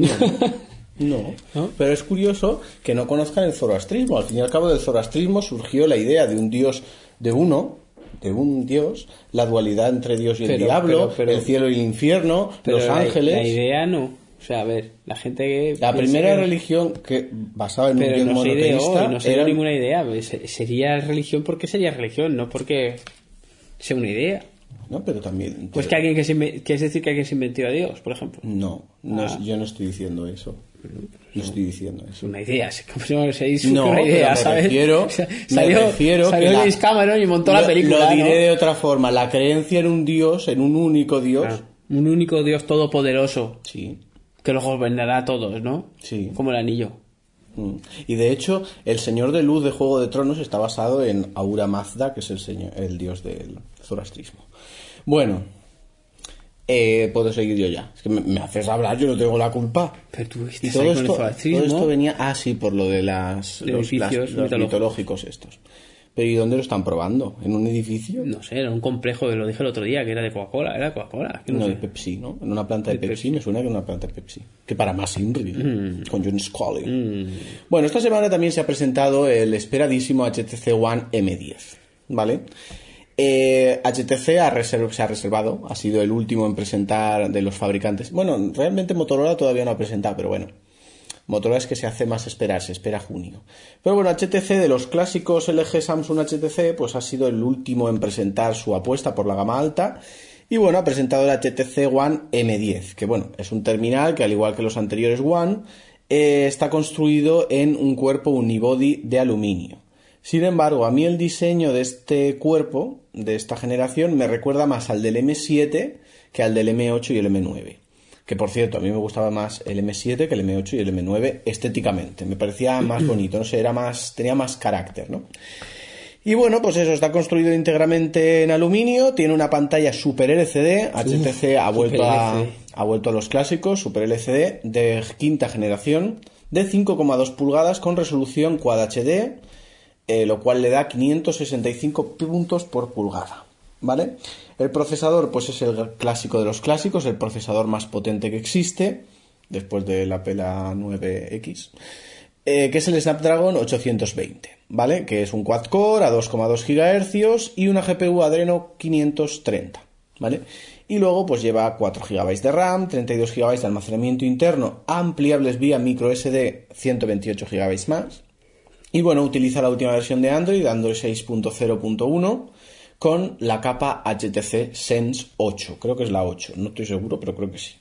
[SPEAKER 2] No,
[SPEAKER 1] ¿No?
[SPEAKER 2] pero es curioso que no conozcan el zoroastrismo. Al fin y al cabo del zoroastrismo surgió la idea de un dios, de uno, de un dios, la dualidad entre Dios y el
[SPEAKER 1] Pero-
[SPEAKER 2] diablo,
[SPEAKER 1] pero- pero-
[SPEAKER 2] el cielo y el infierno,
[SPEAKER 1] Pero
[SPEAKER 2] los
[SPEAKER 1] la-
[SPEAKER 2] ángeles.
[SPEAKER 1] La, idea no. O sea, a ver, la gente que.
[SPEAKER 2] La
[SPEAKER 1] piensa
[SPEAKER 2] primera
[SPEAKER 1] que-
[SPEAKER 2] religión que basada en un
[SPEAKER 1] Pero
[SPEAKER 2] dios
[SPEAKER 1] no se
[SPEAKER 2] monoteísta
[SPEAKER 1] ideó, no se dio
[SPEAKER 2] era
[SPEAKER 1] ninguna idea. Se- Sería religión porque sería religión, no porque sea una idea.
[SPEAKER 2] No, pero también
[SPEAKER 1] Pues que
[SPEAKER 2] pero-
[SPEAKER 1] alguien que se inve- que es decir que alguien se inventó a Dios, por ejemplo.
[SPEAKER 2] no, no
[SPEAKER 1] Ah.
[SPEAKER 2] es- yo no estoy diciendo eso. No estoy diciendo
[SPEAKER 1] Es
[SPEAKER 2] eso.
[SPEAKER 1] Una idea, se, como se llama, se dice
[SPEAKER 2] No,
[SPEAKER 1] una idea,
[SPEAKER 2] pero me
[SPEAKER 1] ¿sabes?
[SPEAKER 2] refiero-
[SPEAKER 1] O sea,
[SPEAKER 2] me
[SPEAKER 1] salió,
[SPEAKER 2] refiero
[SPEAKER 1] salió
[SPEAKER 2] que la-
[SPEAKER 1] James Cameron y montó
[SPEAKER 2] Lo-
[SPEAKER 1] la película.
[SPEAKER 2] Lo diré
[SPEAKER 1] ¿no?
[SPEAKER 2] de otra forma, la creencia en un dios, en un único dios.
[SPEAKER 1] Ah, Un único Dios todopoderoso
[SPEAKER 2] Sí.
[SPEAKER 1] que los gobernará a todos, ¿no?
[SPEAKER 2] Sí.
[SPEAKER 1] Como el anillo.
[SPEAKER 2] Mm. Y de hecho, el señor de luz de Juego de Tronos está basado en Aura Mazda, que es el, señor, el dios del zoroastrismo. Bueno, eh, puedo seguir yo ya. Es que me, me haces hablar, yo no tengo la culpa.
[SPEAKER 1] Pero tú estás
[SPEAKER 2] Y
[SPEAKER 1] ahí
[SPEAKER 2] todo
[SPEAKER 1] con el
[SPEAKER 2] esto,
[SPEAKER 1] zoroastrismo.
[SPEAKER 2] todo esto venía, ah, sí, por lo de las,
[SPEAKER 1] De
[SPEAKER 2] los,
[SPEAKER 1] edificios
[SPEAKER 2] las- los
[SPEAKER 1] mitológicos.
[SPEAKER 2] mitológicos estos. Pero ¿y dónde lo están probando? ¿En un edificio?
[SPEAKER 1] No sé, era un complejo, lo dije el otro día, que era de Coca-Cola, era Coca-Cola. que no
[SPEAKER 2] No, de
[SPEAKER 1] sé.
[SPEAKER 2] Pepsi, ¿no? En una planta de,
[SPEAKER 1] De
[SPEAKER 2] Pepsi, Mm. me suena que en una planta de Pepsi. Que para más Inri, con John Scully. Bueno, esta semana también se ha presentado el esperadísimo HTC One M10, ¿vale? Eh, HTC ha reserv- se ha reservado, ha sido el último en presentar de los fabricantes. Bueno, realmente Motorola todavía no ha presentado, pero bueno. Motorola es que se hace más esperar, se espera junio. Pero bueno, HTC de los clásicos LG Samsung HTC, pues ha sido el último en presentar su apuesta por la gama alta. Y bueno, ha presentado el HTC One M10, que bueno, es un terminal que al igual que los anteriores One, eh, está construido en un cuerpo unibody de aluminio. Sin embargo, a mí el diseño de este cuerpo de esta generación me recuerda más al del M7 que al del M8 y el M9. Que por cierto, a mí me gustaba más el M7 que el M8 y el M9 estéticamente. Me parecía más bonito, no sé, era más, tenía más carácter, ¿no? Y bueno, pues eso, está construido íntegramente en aluminio, tiene una pantalla Super LCD, HTC ha vuelto, a,
[SPEAKER 1] LCD.
[SPEAKER 2] ha vuelto a los clásicos, Super LCD de quinta generación, de 5,2 pulgadas con resolución Quad HD, eh, lo cual le da 565 puntos por pulgada, ¿vale? El procesador, pues es el clásico de los clásicos, el procesador más potente que existe, después del Apple A9X. Eh, que es el Snapdragon 820, ¿vale? Que es un quad-core a 2,2 GHz y una GPU Adreno 530, ¿vale? Y luego pues lleva 4 GB de RAM, 32 GB de almacenamiento interno, ampliables vía microSD 128 GB más. Y bueno, utiliza la última versión de Android, Android 6.0.1, con la capa HTC Sense 8, creo que es la 8, no estoy seguro, pero creo que sí.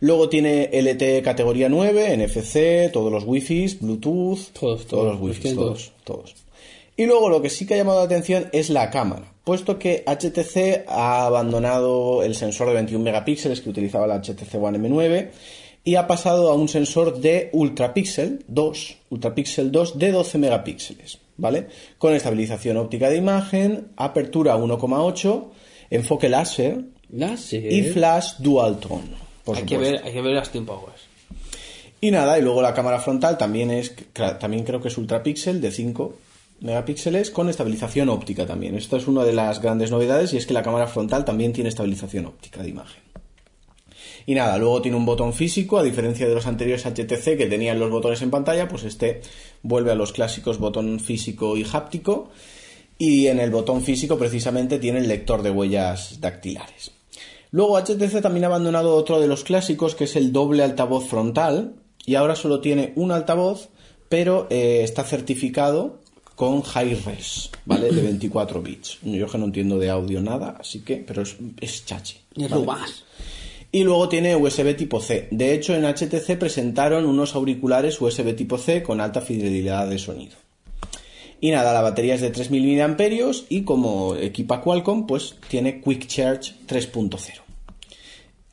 [SPEAKER 2] Luego tiene LTE categoría 9, NFC, todos los wifis, Bluetooth,
[SPEAKER 1] Todos, todos,
[SPEAKER 2] los
[SPEAKER 1] los
[SPEAKER 2] wifis,
[SPEAKER 1] tiene
[SPEAKER 2] todos, todos. Y luego lo que sí que ha llamado la atención es la cámara, puesto que HTC ha abandonado el sensor de 21 megapíxeles que utilizaba la HTC One M9 y ha pasado a un sensor de ultrapixel 2, ultrapixel 2 de 12 megapíxeles, ¿vale? Con estabilización óptica de imagen, apertura 1,8, enfoque láser
[SPEAKER 1] Láser.
[SPEAKER 2] y flash dual tone. por
[SPEAKER 1] hay, que
[SPEAKER 2] supuesto.
[SPEAKER 1] ver, hay que ver las Twin Powers.
[SPEAKER 2] Y nada, y luego la cámara frontal también es, cra- también creo que es ultrapíxel de 5 megapíxeles con estabilización óptica también. Esta es una de las grandes novedades y es que la cámara frontal también tiene estabilización óptica de imagen. Y nada, luego tiene un botón físico, a diferencia de los anteriores HTC que tenían los botones en pantalla, pues este vuelve a los clásicos botón físico y háptico. Y en el botón físico precisamente tiene el lector de huellas dactilares. Luego HTC también ha abandonado otro de los clásicos que es el doble altavoz frontal y ahora solo tiene un altavoz pero eh, está certificado con high res, ¿vale? De 24 bits. Yo que no entiendo de audio nada, así que, pero es, es chachi.
[SPEAKER 1] Es
[SPEAKER 2] ¿vale?
[SPEAKER 1] lo más.
[SPEAKER 2] Y luego tiene USB tipo C. De hecho, en HTC presentaron unos auriculares USB tipo C con alta fidelidad de sonido. Y nada, la batería es de 3000 mAh y como equipa Qualcomm, pues tiene Quick Charge 3.0.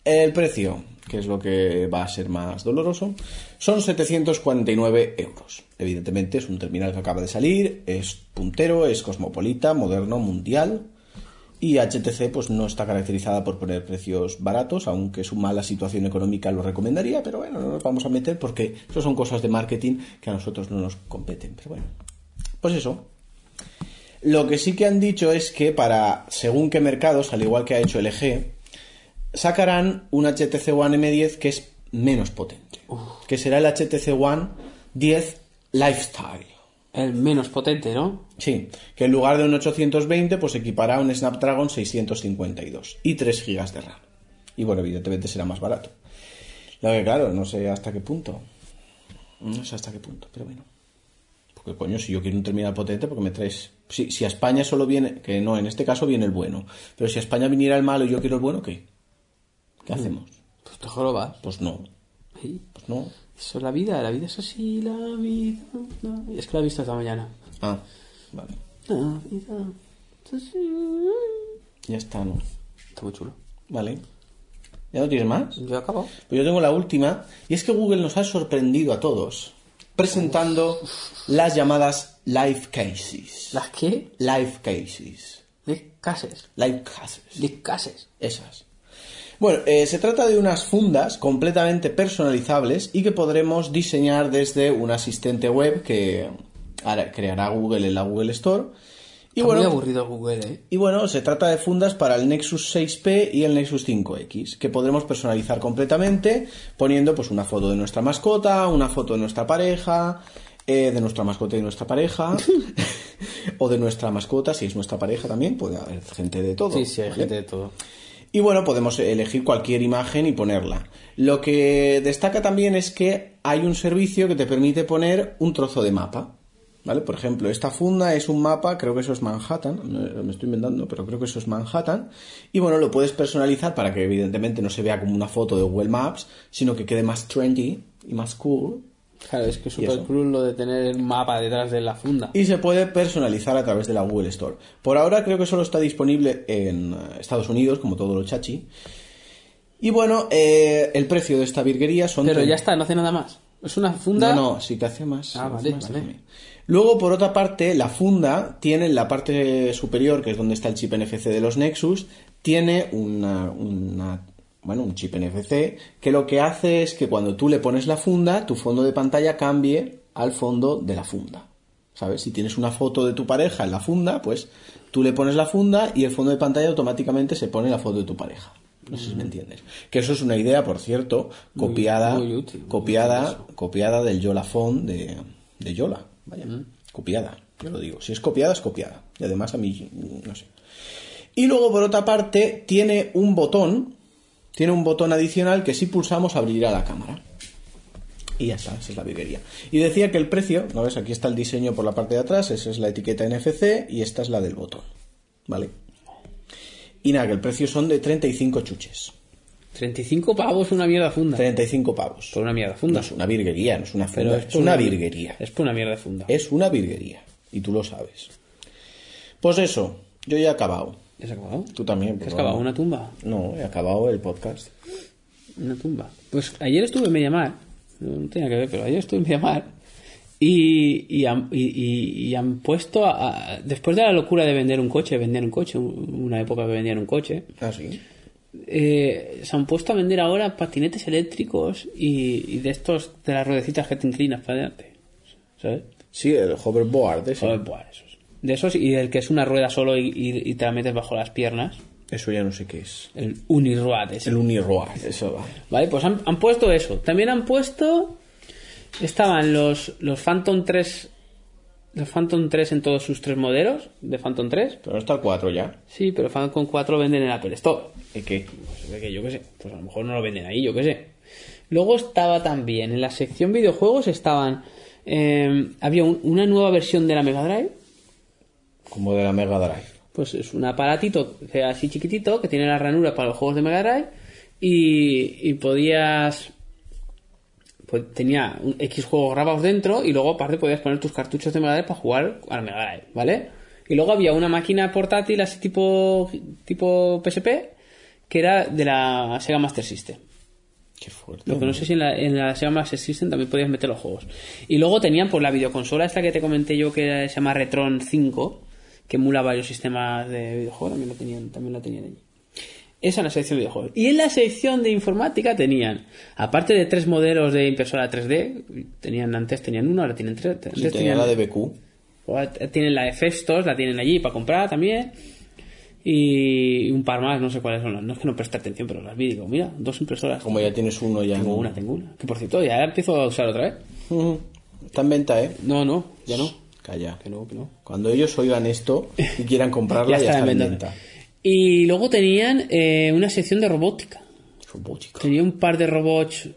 [SPEAKER 2] El precio, que es lo que va a ser más doloroso, son 749 euros. Evidentemente es un terminal que acaba de salir, es puntero, es cosmopolita, moderno, mundial. Y HTC pues no está caracterizada por poner precios baratos, aunque su mala situación económica lo recomendaría, pero bueno, no nos vamos a meter porque eso son cosas de marketing que a nosotros no nos competen. Pero bueno, pues eso. Lo que sí que han dicho es que para según qué mercados, al igual que ha hecho LG, sacarán un HTC One M10 que es menos potente, que será el HTC One 10 Lifestyle.
[SPEAKER 1] El menos potente, ¿no?
[SPEAKER 2] Sí, que en lugar de un 820, pues equipará a un Snapdragon 652 y 3 GB de RAM. Y bueno, evidentemente será más barato. Lo que claro, no sé hasta qué punto. Mm, No sé hasta qué punto, pero bueno. Porque coño, si yo quiero un terminal potente, porque me traes... Si, si a España solo viene... Que no, en este caso viene el bueno. Pero si a España viniera el malo y yo quiero el bueno, ¿qué? ¿Qué hacemos?
[SPEAKER 1] Pues te jorobas.
[SPEAKER 2] Pues no,
[SPEAKER 1] Sí.
[SPEAKER 2] pues no.
[SPEAKER 1] Eso es la vida, la vida es así, la vida. la- Es que la he visto esta mañana.
[SPEAKER 2] Ah, vale.
[SPEAKER 1] La vida es así.
[SPEAKER 2] Ya está, ¿no?
[SPEAKER 1] Está muy chulo.
[SPEAKER 2] Vale. ¿Ya no tienes más?
[SPEAKER 1] Yo acabo.
[SPEAKER 2] Pues yo tengo la última, y es que Google nos ha sorprendido a todos presentando las llamadas live cases.
[SPEAKER 1] ¿Las qué?
[SPEAKER 2] Live cases.
[SPEAKER 1] De cases.
[SPEAKER 2] Live cases.
[SPEAKER 1] De cases.
[SPEAKER 2] Esas. Bueno, eh, se trata de unas fundas completamente personalizables y que podremos diseñar desde un asistente web que hará- creará Google en la Google Store. Y
[SPEAKER 1] Está
[SPEAKER 2] bueno,
[SPEAKER 1] muy aburrido Google, ¿eh?
[SPEAKER 2] y bueno, se trata de fundas para el Nexus 6P y el Nexus 5X, que podremos personalizar completamente poniendo pues una foto de nuestra mascota, una foto de nuestra pareja, eh, de nuestra mascota y nuestra pareja, o de nuestra mascota, si es nuestra pareja también, puede haber gente de todo.
[SPEAKER 1] ¿Eh?
[SPEAKER 2] ¿vale?
[SPEAKER 1] todo.
[SPEAKER 2] Y bueno, podemos elegir cualquier imagen y ponerla. Lo que destaca también es que hay un servicio que te permite poner un trozo de mapa. ¿Vale? Por ejemplo, esta funda es un mapa, creo que eso es Manhattan, no, eh, me estoy inventando, pero creo que eso es Manhattan. Y bueno, lo puedes personalizar para que evidentemente no se vea como una foto de Google Maps, sino que quede más trendy y más cool.
[SPEAKER 1] Claro, es que es
[SPEAKER 2] Y
[SPEAKER 1] súper
[SPEAKER 2] eso.
[SPEAKER 1] cruel lo de tener el mapa detrás de la funda.
[SPEAKER 2] Y se puede personalizar a través de la Google Store. Por ahora creo que solo está disponible en eh, Estados Unidos, como todo lo chachi. Y bueno, eh, el precio de esta virguería son...
[SPEAKER 1] Pero
[SPEAKER 2] 30.
[SPEAKER 1] ya está, no hace nada más. Es una funda.
[SPEAKER 2] No, no, sí que hace más.
[SPEAKER 1] Ah,
[SPEAKER 2] hace
[SPEAKER 1] vale,
[SPEAKER 2] más,
[SPEAKER 1] vale.
[SPEAKER 2] hace más. Luego, por otra parte, la funda tiene en la parte superior, que es donde está el chip NFC de los Nexus, tiene una, una- bueno, un chip NFC que lo que hace es que cuando tú le pones la funda, tu fondo de pantalla cambie al fondo de la funda. ¿Sabes? Si tienes una foto de tu pareja en la funda, pues tú le pones la funda y el fondo de pantalla automáticamente se pone la foto de tu pareja. No sé si me entiendes. Que eso es una idea, por cierto, copiada,
[SPEAKER 1] muy útil, muy
[SPEAKER 2] copiada, copiada del Yola Font de, de Yola. Vaya, copiada, yo lo digo. Si es copiada, es copiada. Y además a mí, no sé. Y luego, por otra parte, tiene un botón, tiene un botón adicional que si pulsamos abrirá la cámara. Y ya está, esa es la virguería. Y decía que el precio, ¿no ves? Aquí está el diseño por la parte de atrás, esa es la etiqueta NFC y esta es la del botón. ¿Vale? Y nada, que el precio son de 35 chuches.
[SPEAKER 1] 35 pavos una mierda funda.
[SPEAKER 2] 35 pavos.
[SPEAKER 1] Por una mierda
[SPEAKER 2] No
[SPEAKER 1] funda.
[SPEAKER 2] es una virguería, no es una funda,
[SPEAKER 1] Pero es
[SPEAKER 2] es,
[SPEAKER 1] por
[SPEAKER 2] una
[SPEAKER 1] una-
[SPEAKER 2] virguería.
[SPEAKER 1] Es por una mierda funda.
[SPEAKER 2] Es una virguería. Y tú lo sabes. Pues eso, yo ya he acabado.
[SPEAKER 1] ¿Has acabado?
[SPEAKER 2] Tú también.
[SPEAKER 1] ¿Has
[SPEAKER 2] por
[SPEAKER 1] acabado?
[SPEAKER 2] favor.
[SPEAKER 1] ¿Una tumba?
[SPEAKER 2] No, he acabado el podcast.
[SPEAKER 1] Una tumba. Pues ayer estuve en Mediamar, no no tenía que ver, pero ayer estuve en Mediamar y, y, han, y- y- y han puesto, a- a- después de la locura de vender un coche, vender un coche, un- una época que vendían un coche,
[SPEAKER 2] Ah, sí.
[SPEAKER 1] eh, se han puesto a vender ahora patinetes eléctricos y, y de estos, de las ruedecitas que te inclinas para adelante. ¿Sabes?
[SPEAKER 2] Sí, el hoverboard. ese.
[SPEAKER 1] Joder, buah, esos. De esos y el que es una rueda solo y, y- y te la metes bajo las piernas,
[SPEAKER 2] Eso ya no sé qué es.
[SPEAKER 1] el uniroad ese.
[SPEAKER 2] El uniroar. Eso va.
[SPEAKER 1] Vale, pues han, han puesto eso. También han puesto. Estaban los, los Phantom 3. Los Phantom 3 en todos sus tres modelos de Phantom 3.
[SPEAKER 2] Pero no está el 4 ya.
[SPEAKER 1] Sí, pero Phantom 4 venden en Apple Store.
[SPEAKER 2] ¿Y qué?
[SPEAKER 1] Pues es que yo qué sé. Pues a lo mejor no lo venden ahí, yo qué sé. Luego estaba también. En la sección videojuegos estaban. eh, había un- una nueva versión de la Mega Drive.
[SPEAKER 2] Como de la Mega Drive.
[SPEAKER 1] Pues es un aparatito que era así chiquitito que tiene la ranura para los juegos de Mega Drive y, y podías pues tenía un X juegos grabados dentro y luego aparte podías poner tus cartuchos de Mega Drive para jugar al Mega Drive, ¿vale? Y luego había una máquina portátil así tipo tipo PSP que era de la Sega Master System.
[SPEAKER 2] Qué fuerte.
[SPEAKER 1] Lo que no sé si en la, en la Sega Master System también podías meter los juegos. Y luego tenían pues la videoconsola esta que te comenté yo que se llama Retron 5, que emula varios sistemas de videojuegos, también la tenían, también la tenían allí. Esa en la sección de videojuegos. Y en la sección de informática tenían, aparte de tres modelos de impresora 3D, tenían antes tenían uno, ahora tienen tres.
[SPEAKER 2] Sí,
[SPEAKER 1] antes
[SPEAKER 2] tenía
[SPEAKER 1] tenían-
[SPEAKER 2] la de BQ.
[SPEAKER 1] o Tienen la de Festos, la tienen allí para comprar también. Y un par más, no sé cuáles son las. No es que no preste atención, pero las vi y digo, mira, dos impresoras.
[SPEAKER 2] Como ya tienes uno ya.
[SPEAKER 1] Tengo una, tengo una. Que por cierto, ya la empiezo a usar otra vez.
[SPEAKER 2] Ujú. Está en venta, ¿eh?
[SPEAKER 1] No, no, ya no.
[SPEAKER 2] Calla.
[SPEAKER 1] Que no, que no.
[SPEAKER 2] Cuando ellos oigan esto y quieran comprarla, ya, está, en venta.
[SPEAKER 1] Y luego tenían eh, una sección de robótica.
[SPEAKER 2] Robótica.
[SPEAKER 1] Tenía un par de robots.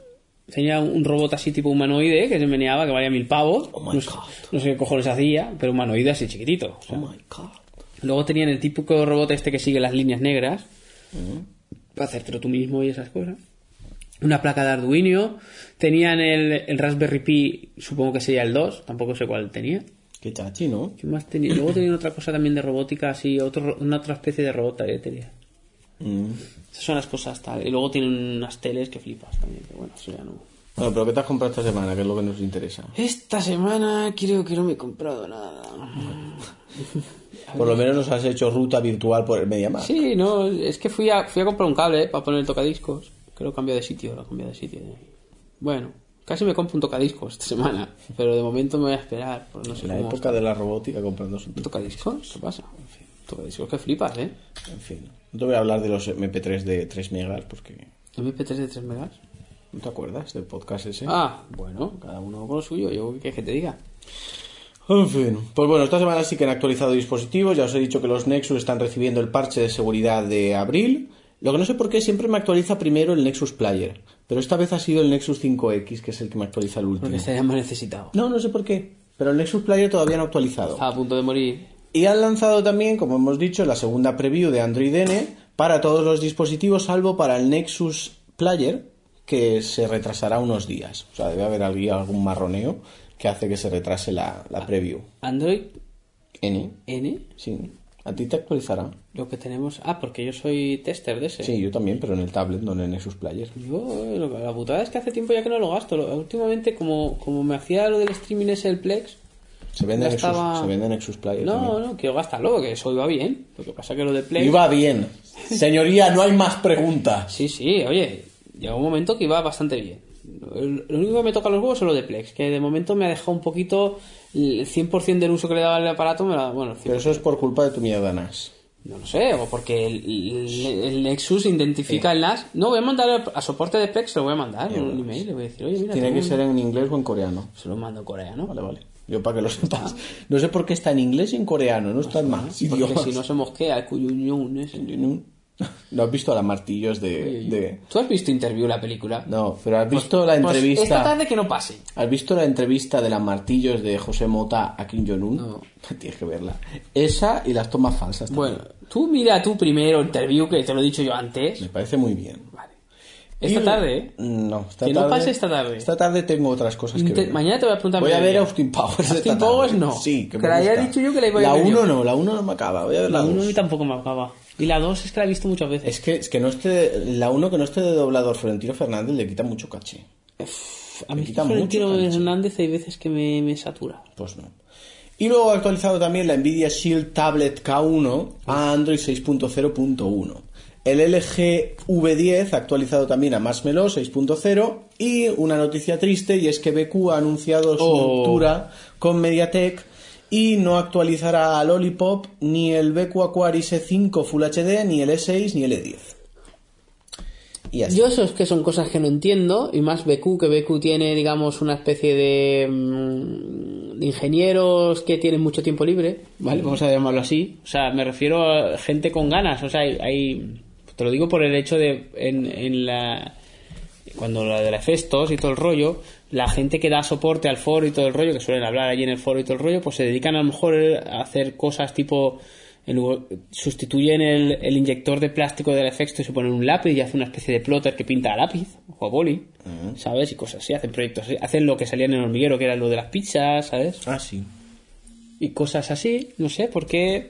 [SPEAKER 1] Tenía un robot así tipo humanoide que se meneaba, que valía mil pavos.
[SPEAKER 2] Oh my
[SPEAKER 1] no, sé,
[SPEAKER 2] God.
[SPEAKER 1] no sé qué cojones hacía, pero humanoide así chiquitito. o
[SPEAKER 2] Oh
[SPEAKER 1] sea.
[SPEAKER 2] my god.
[SPEAKER 1] Luego tenían el típico robot este que sigue las líneas negras. Para hacértelo tú mismo y esas cosas. Una placa de Arduino. Tenían el, el Raspberry Pi, supongo que sería el 2, tampoco sé cuál tenía.
[SPEAKER 2] Qué chachi, ¿no?
[SPEAKER 1] ¿Qué más tenía? Luego tenían otra cosa también de robótica, así, otro, ro- una otra especie de robot que tenía.
[SPEAKER 2] Mm.
[SPEAKER 1] Esas son las cosas tal. Y luego tienen unas teles que flipas también, pero bueno, eso ya no.
[SPEAKER 2] Bueno, pero ¿qué te has comprado esta semana? Que es lo que nos interesa.
[SPEAKER 1] Esta semana creo que no me he comprado nada.
[SPEAKER 2] Por lo menos nos has hecho ruta virtual por el Mediamar.
[SPEAKER 1] Sí, no, es que fui a, fui a comprar un cable eh, para poner el tocadiscos. Que lo cambió de sitio, lo cambió de sitio. Bueno, casi me compro un tocadiscos esta semana, pero de momento me voy a esperar. Por no sé
[SPEAKER 2] En la
[SPEAKER 1] cómo
[SPEAKER 2] época de la robótica comprando su...
[SPEAKER 1] está. ¿Tocadiscos? ¿Qué pasa? Tocadiscos que flipas, ¿eh?
[SPEAKER 2] En fin. No te voy a hablar de los MP3 de 3 megas porque...
[SPEAKER 1] ¿MP3 de 3 megas?
[SPEAKER 2] ¿No te acuerdas del podcast ese?
[SPEAKER 1] Ah, bueno, cada uno con lo suyo, yo qué quieres que te diga.
[SPEAKER 2] En fin. Pues bueno, esta semana sí que han actualizado dispositivos. Ya os he dicho que los Nexus están recibiendo el parche de seguridad de abril. Lo que no sé por qué siempre me actualiza primero el Nexus Player. Pero esta vez ha sido el Nexus 5X, que es el que me actualiza el último.
[SPEAKER 1] Porque estaría más necesitado.
[SPEAKER 2] No, no sé por qué. Pero el Nexus Player todavía no ha actualizado.
[SPEAKER 1] Estaba a punto de morir.
[SPEAKER 2] Y han lanzado también, como hemos dicho, la segunda preview de Android N para todos los dispositivos, salvo para el Nexus Player, que se retrasará unos días. O sea, debe haber aquí algún marroneo que hace que se retrase la, la preview.
[SPEAKER 1] Android
[SPEAKER 2] N,
[SPEAKER 1] N,
[SPEAKER 2] sí. A ti te actualizará.
[SPEAKER 1] lo que tenemos. Ah, porque yo soy tester de ese.
[SPEAKER 2] Sí, yo también, pero en el tablet, no en el Nexus Player.
[SPEAKER 1] Yo, eh, lo- la putada es que hace tiempo ya que no lo gasto. Lo- Últimamente, como, como me hacía lo del streaming ese, el Plex.
[SPEAKER 2] Se vende,
[SPEAKER 1] Ya
[SPEAKER 2] Nexus,
[SPEAKER 1] estaba-
[SPEAKER 2] se vende Nexus Player.
[SPEAKER 1] No,
[SPEAKER 2] también.
[SPEAKER 1] no, quiero gastarlo, que eso iba bien. Lo que pasa que lo del Plex.
[SPEAKER 2] Iba bien. Señoría, no hay más preguntas.
[SPEAKER 1] Sí, sí, oye, llegó un momento que iba bastante bien. El- Lo único que me toca los huevos es lo de Plex, que de momento me ha dejado un poquito el 100% del uso que le daba el aparato. Me lo- bueno, el 100%,
[SPEAKER 2] Pero eso es por culpa de tu mierda NAS.
[SPEAKER 1] no lo sé, o porque el, el- el Nexus identifica el NAS. No, voy a mandar a- a soporte de Plex, lo voy a mandar un email, le voy a decir, oye, mira,
[SPEAKER 2] Tiene
[SPEAKER 1] tengo
[SPEAKER 2] que
[SPEAKER 1] un-
[SPEAKER 2] ser en inglés o en coreano.
[SPEAKER 1] Se lo mando en coreano.
[SPEAKER 2] Vale, vale. Yo para que lo sepas. No sé por qué está en inglés y en coreano, no está en más.
[SPEAKER 1] Porque
[SPEAKER 2] idiomas.
[SPEAKER 1] si no se mosquea el cuyuñón ese.
[SPEAKER 2] No has visto a las martillos de, de-
[SPEAKER 1] ¿Tú has visto Interview, la película?
[SPEAKER 2] No, pero has visto la
[SPEAKER 1] Pues esta
[SPEAKER 2] entrevista.
[SPEAKER 1] tarde que no pase.
[SPEAKER 2] ¿Has visto la entrevista de las martillos de José Mota a Kim Jong-un?
[SPEAKER 1] No.
[SPEAKER 2] Tienes que verla. Esa y las tomas falsas. también.
[SPEAKER 1] Bueno, tú mira tú primero Interview, que te lo he dicho yo antes.
[SPEAKER 2] Me parece muy bien.
[SPEAKER 1] Vale. Esta
[SPEAKER 2] Y-
[SPEAKER 1] tarde, ¿eh?
[SPEAKER 2] No, esta
[SPEAKER 1] Que no
[SPEAKER 2] tarde.
[SPEAKER 1] pase esta tarde.
[SPEAKER 2] Esta tarde tengo otras cosas que
[SPEAKER 1] Te-
[SPEAKER 2] ver.
[SPEAKER 1] mañana te voy a preguntar
[SPEAKER 2] Voy a ver
[SPEAKER 1] mediodía.
[SPEAKER 2] a Austin Powers. esta
[SPEAKER 1] Austin
[SPEAKER 2] tarde.
[SPEAKER 1] Powers no.
[SPEAKER 2] Sí, que,
[SPEAKER 1] Que
[SPEAKER 2] me
[SPEAKER 1] la había
[SPEAKER 2] gusta.
[SPEAKER 1] dicho yo que la iba a
[SPEAKER 2] La
[SPEAKER 1] ver yo.
[SPEAKER 2] 1 no, la 1 no me acaba. Voy a ver la
[SPEAKER 1] La 1
[SPEAKER 2] dos.
[SPEAKER 1] tampoco me acaba. Y la 2 es que la he visto muchas veces.
[SPEAKER 2] Es que, es que no esté, la uno que no esté de doblador Florentino Fernández le quita mucho caché.
[SPEAKER 1] a mí
[SPEAKER 2] me quita
[SPEAKER 1] Florentino
[SPEAKER 2] mucho cancha.
[SPEAKER 1] Hernández hay veces que me, me satura.
[SPEAKER 2] Pues no. Y luego ha actualizado también la Nvidia Shield Tablet K1 a Android 6.0.1. El LG V10 ha actualizado también a Marshmallow 6.0. Y una noticia triste, y es que BQ ha anunciado su
[SPEAKER 1] Oh.
[SPEAKER 2] ruptura con MediaTek y no actualizará a Lollipop ni el BQ Aquaris E5 E Full HD, ni el E6, ni el E10. Y así.
[SPEAKER 1] Yo eso es que son cosas que no entiendo, y más BQ, que BQ tiene, digamos, una especie de, mm, de ingenieros que tienen mucho tiempo libre, ¿vale? Vamos a llamarlo así. O sea, me refiero a gente con ganas, o sea, hay... hay- te lo digo por el hecho de, en, en la... Cuando la de la Festos y todo el rollo, la gente que da soporte al foro y todo el rollo, que suelen hablar allí en el foro y todo el rollo, pues se dedican a lo mejor a hacer cosas tipo en lugar- sustituyen el, el inyector de plástico del efecto y se ponen un lápiz y hace una especie de plotter que pinta a lápiz o a boli, ¿sabes? Y cosas así, hacen proyectos así, hacen lo que salía en el hormiguero, que era lo de las pizzas, ¿sabes?
[SPEAKER 2] Ah, sí.
[SPEAKER 1] Y cosas así, no sé, porque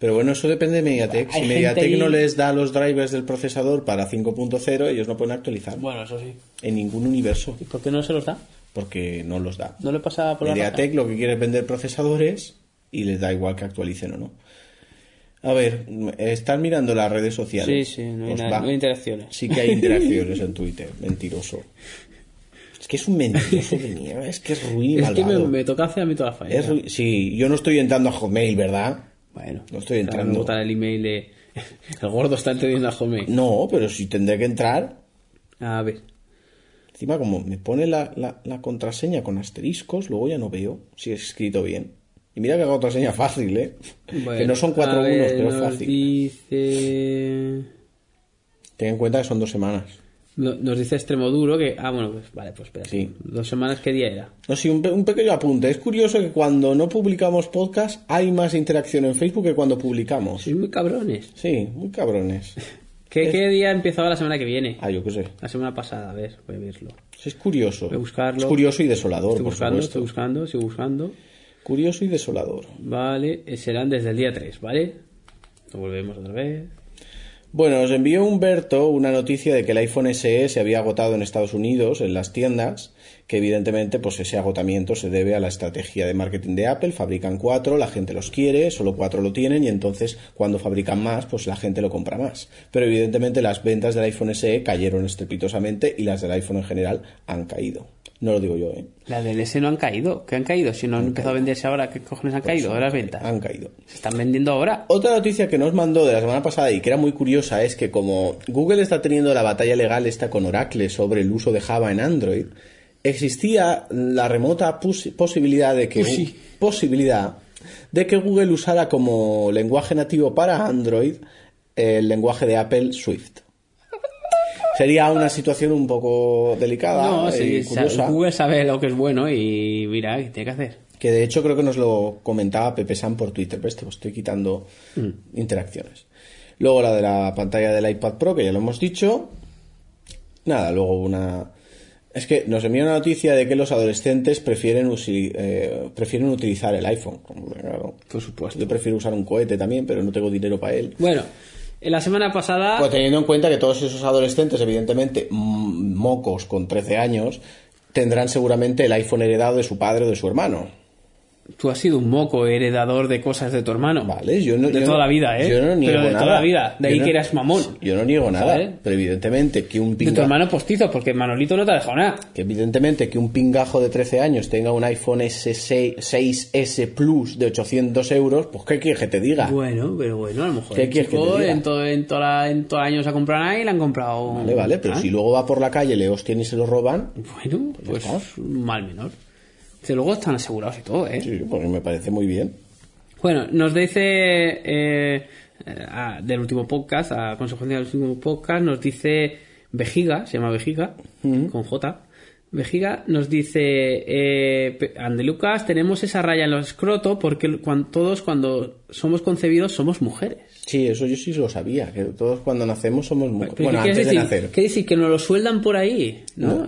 [SPEAKER 2] Pero bueno, eso depende de Mediatek.
[SPEAKER 1] Hay
[SPEAKER 2] Si
[SPEAKER 1] gente
[SPEAKER 2] Mediatek
[SPEAKER 1] ahí-
[SPEAKER 2] no les da los drivers del procesador para 5.0, ellos no pueden actualizar
[SPEAKER 1] bueno, eso sí.
[SPEAKER 2] en ningún universo,
[SPEAKER 1] ¿Y por qué no se los da?
[SPEAKER 2] porque no los da.
[SPEAKER 1] No le pasa por la
[SPEAKER 2] Mediatek lo que quiere es vender procesadores y les da igual que actualicen o no. A ver, están mirando las redes
[SPEAKER 1] Sí,
[SPEAKER 2] sociales.
[SPEAKER 1] sí, no hay,
[SPEAKER 2] Os
[SPEAKER 1] nada-
[SPEAKER 2] va.
[SPEAKER 1] no hay interacciones.
[SPEAKER 2] Sí que hay interacciones en Twitter, mentiroso. Es que es un mentiroso de mierda, es que es ruin y
[SPEAKER 1] es que me,
[SPEAKER 2] malvado.
[SPEAKER 1] me toca hacer a mí toda la faena.
[SPEAKER 2] Es ruin- Sí, yo no estoy entrando a Hotmail, ¿verdad?
[SPEAKER 1] Bueno,
[SPEAKER 2] No estoy
[SPEAKER 1] ahora me
[SPEAKER 2] entrando.
[SPEAKER 1] botan el email de. El gordo está entendiendo a Home.
[SPEAKER 2] No, pero si tendré que entrar,
[SPEAKER 1] A ver.
[SPEAKER 2] Encima, como me pone la, la- la contraseña con asteriscos, luego ya no veo si he escrito bien. Y mira que hago contraseña fácil, ¿eh? que no son cuatro
[SPEAKER 1] a
[SPEAKER 2] unos,
[SPEAKER 1] ver,
[SPEAKER 2] pero es
[SPEAKER 1] nos
[SPEAKER 2] fácil.
[SPEAKER 1] Dice.
[SPEAKER 2] Ten en cuenta que son dos semanas.
[SPEAKER 1] no- Nos dice Extremoduro que. Ah, bueno, pues vale, pues espera.
[SPEAKER 2] Sí.
[SPEAKER 1] Dos semanas, ¿qué día era?
[SPEAKER 2] No, sí, un, pe- un pequeño apunte. Es curioso que cuando no publicamos podcast hay más interacción en Facebook que cuando publicamos. Sí,
[SPEAKER 1] Sois muy cabrones.
[SPEAKER 2] muy cabrones.
[SPEAKER 1] ¿Qué, qué día empezaba la semana que viene?
[SPEAKER 2] Ah, yo qué sé.
[SPEAKER 1] La semana pasada, a ver, voy a verlo.
[SPEAKER 2] Es curioso.
[SPEAKER 1] Voy a buscarlo.
[SPEAKER 2] Es curioso y desolador,
[SPEAKER 1] Estoy
[SPEAKER 2] por
[SPEAKER 1] buscando,
[SPEAKER 2] supuesto.
[SPEAKER 1] estoy buscando, estoy buscando.
[SPEAKER 2] Curioso y desolador.
[SPEAKER 1] Vale, eh, serán desde el día 3, ¿vale? Lo volvemos otra vez.
[SPEAKER 2] Bueno, os envió Humberto una noticia de que el iPhone E SE se había agotado en Estados Unidos, en las tiendas, que evidentemente pues ese agotamiento se debe a la estrategia de marketing de Apple, fabrican cuatro, la gente los quiere, solo cuatro lo tienen y entonces cuando fabrican más pues la gente lo compra más. Pero evidentemente las ventas del iPhone SE cayeron estrepitosamente y las del iPhone en general han caído. No lo digo yo, ¿eh?
[SPEAKER 1] Las del S no han caído. ¿Qué han caído? Si no han empezado a venderse ahora, ¿qué cojones
[SPEAKER 2] Pues
[SPEAKER 1] han caído? Ahora las ventas.
[SPEAKER 2] Han caído.
[SPEAKER 1] Se están vendiendo ahora.
[SPEAKER 2] Otra noticia que nos mandó de la semana pasada y que era muy curiosa es que como Google está teniendo la batalla legal esta con Oracle sobre el uso de Java en Android, existía la remota pus- posibilidad de que
[SPEAKER 1] Pusi.
[SPEAKER 2] posibilidad de que Google usara como lenguaje nativo para Android el lenguaje de Apple Swift. Sería una situación un poco delicada
[SPEAKER 1] No,
[SPEAKER 2] y
[SPEAKER 1] sí,
[SPEAKER 2] eh, curiosa.
[SPEAKER 1] sa- Google sabe lo que es bueno y mira, ¿qué tiene que hacer?
[SPEAKER 2] Que de hecho creo que nos lo comentaba Pepe San por Twitter, pero estoy, estoy quitando
[SPEAKER 1] Mm.
[SPEAKER 2] interacciones. Luego la de la pantalla del iPad Pro, que ya lo hemos dicho. Nada, luego una... Es que nos envía una noticia de que los adolescentes prefieren, usi- eh, prefieren utilizar el iPhone. Claro.
[SPEAKER 1] Por supuesto.
[SPEAKER 2] Yo prefiero usar un cohete también, pero no tengo dinero para él.
[SPEAKER 1] Bueno, en la semana pasada.
[SPEAKER 2] Pues teniendo en cuenta que todos esos adolescentes, evidentemente, mm, mocos con 13 años, tendrán seguramente el iPhone heredado de su padre o de su hermano.
[SPEAKER 1] Tú has sido un moco heredador de cosas de tu hermano.
[SPEAKER 2] Vale, yo no,
[SPEAKER 1] De
[SPEAKER 2] yo
[SPEAKER 1] toda
[SPEAKER 2] no-
[SPEAKER 1] la vida, ¿eh?
[SPEAKER 2] Yo no niego
[SPEAKER 1] Pero de
[SPEAKER 2] nada.
[SPEAKER 1] toda la vida. De
[SPEAKER 2] Yo
[SPEAKER 1] ahí
[SPEAKER 2] no-
[SPEAKER 1] que eras mamón.
[SPEAKER 2] Yo no niego nada.
[SPEAKER 1] ¿Sabes?
[SPEAKER 2] Pero evidentemente que un
[SPEAKER 1] De tu
[SPEAKER 2] pinga-
[SPEAKER 1] hermano postizo, porque Manolito no te ha dejado nada.
[SPEAKER 2] que evidentemente que un pingajo de 13 años tenga un iPhone S6, 6S Plus de 800 euros, pues ¿qué quieres que te diga?
[SPEAKER 1] Bueno, pero bueno, a lo mejor
[SPEAKER 2] ¿Qué
[SPEAKER 1] el
[SPEAKER 2] quieres que
[SPEAKER 1] chico
[SPEAKER 2] te diga?
[SPEAKER 1] en todo, en toda la- en todo el año se ha comprado nada y le han comprado.
[SPEAKER 2] Vale, vale, pero
[SPEAKER 1] ¿Ah?
[SPEAKER 2] si luego va por la calle, le hostian y se lo roban,
[SPEAKER 1] Bueno, pues,
[SPEAKER 2] ya
[SPEAKER 1] mal menor. Desde luego están asegurados y todo, ¿eh?
[SPEAKER 2] sí, pues me parece muy bien.
[SPEAKER 1] Bueno, nos dice eh, eh, ah, del último podcast, a consecuencia del último podcast, nos dice Vejiga, se llama Vejiga, con J. Vejiga nos dice, eh, pe- Ande Lucas, tenemos esa raya en los escroto porque cuan- todos cuando somos concebidos somos mujeres.
[SPEAKER 2] Sí, eso yo sí lo sabía, que todos cuando nacemos somos muy...
[SPEAKER 1] Pero
[SPEAKER 2] bueno,
[SPEAKER 1] ¿qué
[SPEAKER 2] antes
[SPEAKER 1] quieres
[SPEAKER 2] de
[SPEAKER 1] decir?
[SPEAKER 2] nacer.
[SPEAKER 1] ¿Qué decir? Que nos lo sueldan por ahí, ¿no?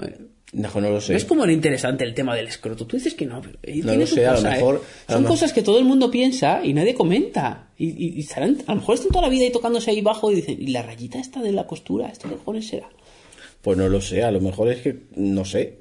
[SPEAKER 2] No, no lo sé.
[SPEAKER 1] ¿Ves cómo era interesante el tema del escroto? Tú dices que no, pero eh,
[SPEAKER 2] No
[SPEAKER 1] tiene
[SPEAKER 2] lo
[SPEAKER 1] su
[SPEAKER 2] sé, a lo
[SPEAKER 1] cosa, ¿eh?
[SPEAKER 2] mejor- a lo
[SPEAKER 1] Son
[SPEAKER 2] mejor-
[SPEAKER 1] cosas que todo el mundo piensa y nadie comenta. Y, y- y estarán, a lo mejor están toda la vida ahí tocándose ahí bajo y dicen, y la rayita esta de la costura, esto mejor será.
[SPEAKER 2] Pues no lo sé, a lo mejor es que, no sé,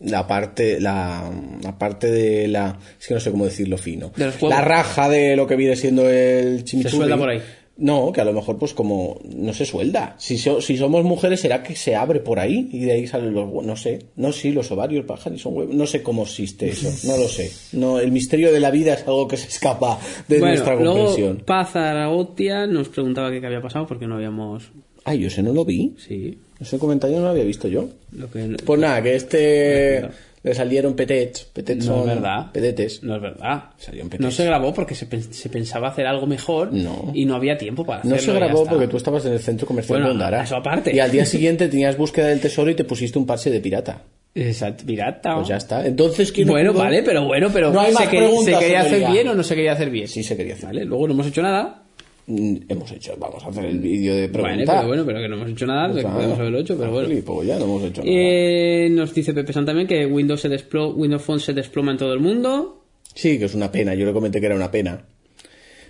[SPEAKER 2] la parte, la, la parte de la, es que no sé cómo decirlo fino,
[SPEAKER 1] De los huevos.
[SPEAKER 2] la raja de lo que viene siendo el chimichurri.
[SPEAKER 1] suelda por ahí.
[SPEAKER 2] No, que a lo mejor pues como no se suelda. Si, so- si somos mujeres será que se abre por ahí y de ahí salen los hue- no sé, no sí, los ovarios bajan y son huevos, no sé cómo existe eso, no lo sé. No, el misterio de la vida es algo que se escapa de nuestra comprensión.
[SPEAKER 1] luego Paz Aragotia nos preguntaba qué había pasado porque no habíamos...
[SPEAKER 2] Ay, yo ese no lo vi,
[SPEAKER 1] Sí,
[SPEAKER 2] ese comentario no lo había visto yo.
[SPEAKER 1] lo que...
[SPEAKER 2] Pues nada, que este le salieron petets, petets
[SPEAKER 1] No es
[SPEAKER 2] son
[SPEAKER 1] verdad.
[SPEAKER 2] petetes.
[SPEAKER 1] No es verdad.
[SPEAKER 2] Salió en PTS.
[SPEAKER 1] No se grabó porque se, pen- se pensaba hacer algo mejor
[SPEAKER 2] No.
[SPEAKER 1] y no había tiempo para hacerlo.
[SPEAKER 2] No se
[SPEAKER 1] y ya
[SPEAKER 2] grabó
[SPEAKER 1] está.
[SPEAKER 2] porque tú estabas en el centro comercial
[SPEAKER 1] Bueno,
[SPEAKER 2] de Ondara.
[SPEAKER 1] eso aparte.
[SPEAKER 2] Y al día siguiente tenías búsqueda del tesoro y te pusiste un parche de pirata.
[SPEAKER 1] Exacto, pirata.
[SPEAKER 2] Pues ya está. Entonces, ¿quién
[SPEAKER 1] Ah. Bueno,
[SPEAKER 2] pudo?
[SPEAKER 1] vale, pero bueno, pero
[SPEAKER 2] No hay
[SPEAKER 1] ¿se,
[SPEAKER 2] más
[SPEAKER 1] que-
[SPEAKER 2] preguntas,
[SPEAKER 1] se quería hacer
[SPEAKER 2] señoría.
[SPEAKER 1] bien o no se quería hacer bien?
[SPEAKER 2] Sí se quería hacer.
[SPEAKER 1] Vale, luego no hemos hecho nada.
[SPEAKER 2] Mm, Hemos hecho, vamos a hacer el vídeo de
[SPEAKER 1] Vale,
[SPEAKER 2] preguntas.
[SPEAKER 1] pero bueno, pero que no hemos hecho nada,
[SPEAKER 2] Pues
[SPEAKER 1] que
[SPEAKER 2] nada.
[SPEAKER 1] podemos haberlo hecho, pero bueno.
[SPEAKER 2] Sí, pues ya no hemos hecho nada.
[SPEAKER 1] Eh, nos dice Pepe San también que Windows se desplo- Windows Phone se desploma en todo el mundo.
[SPEAKER 2] Sí, que es una pena. Yo le comenté que era una pena.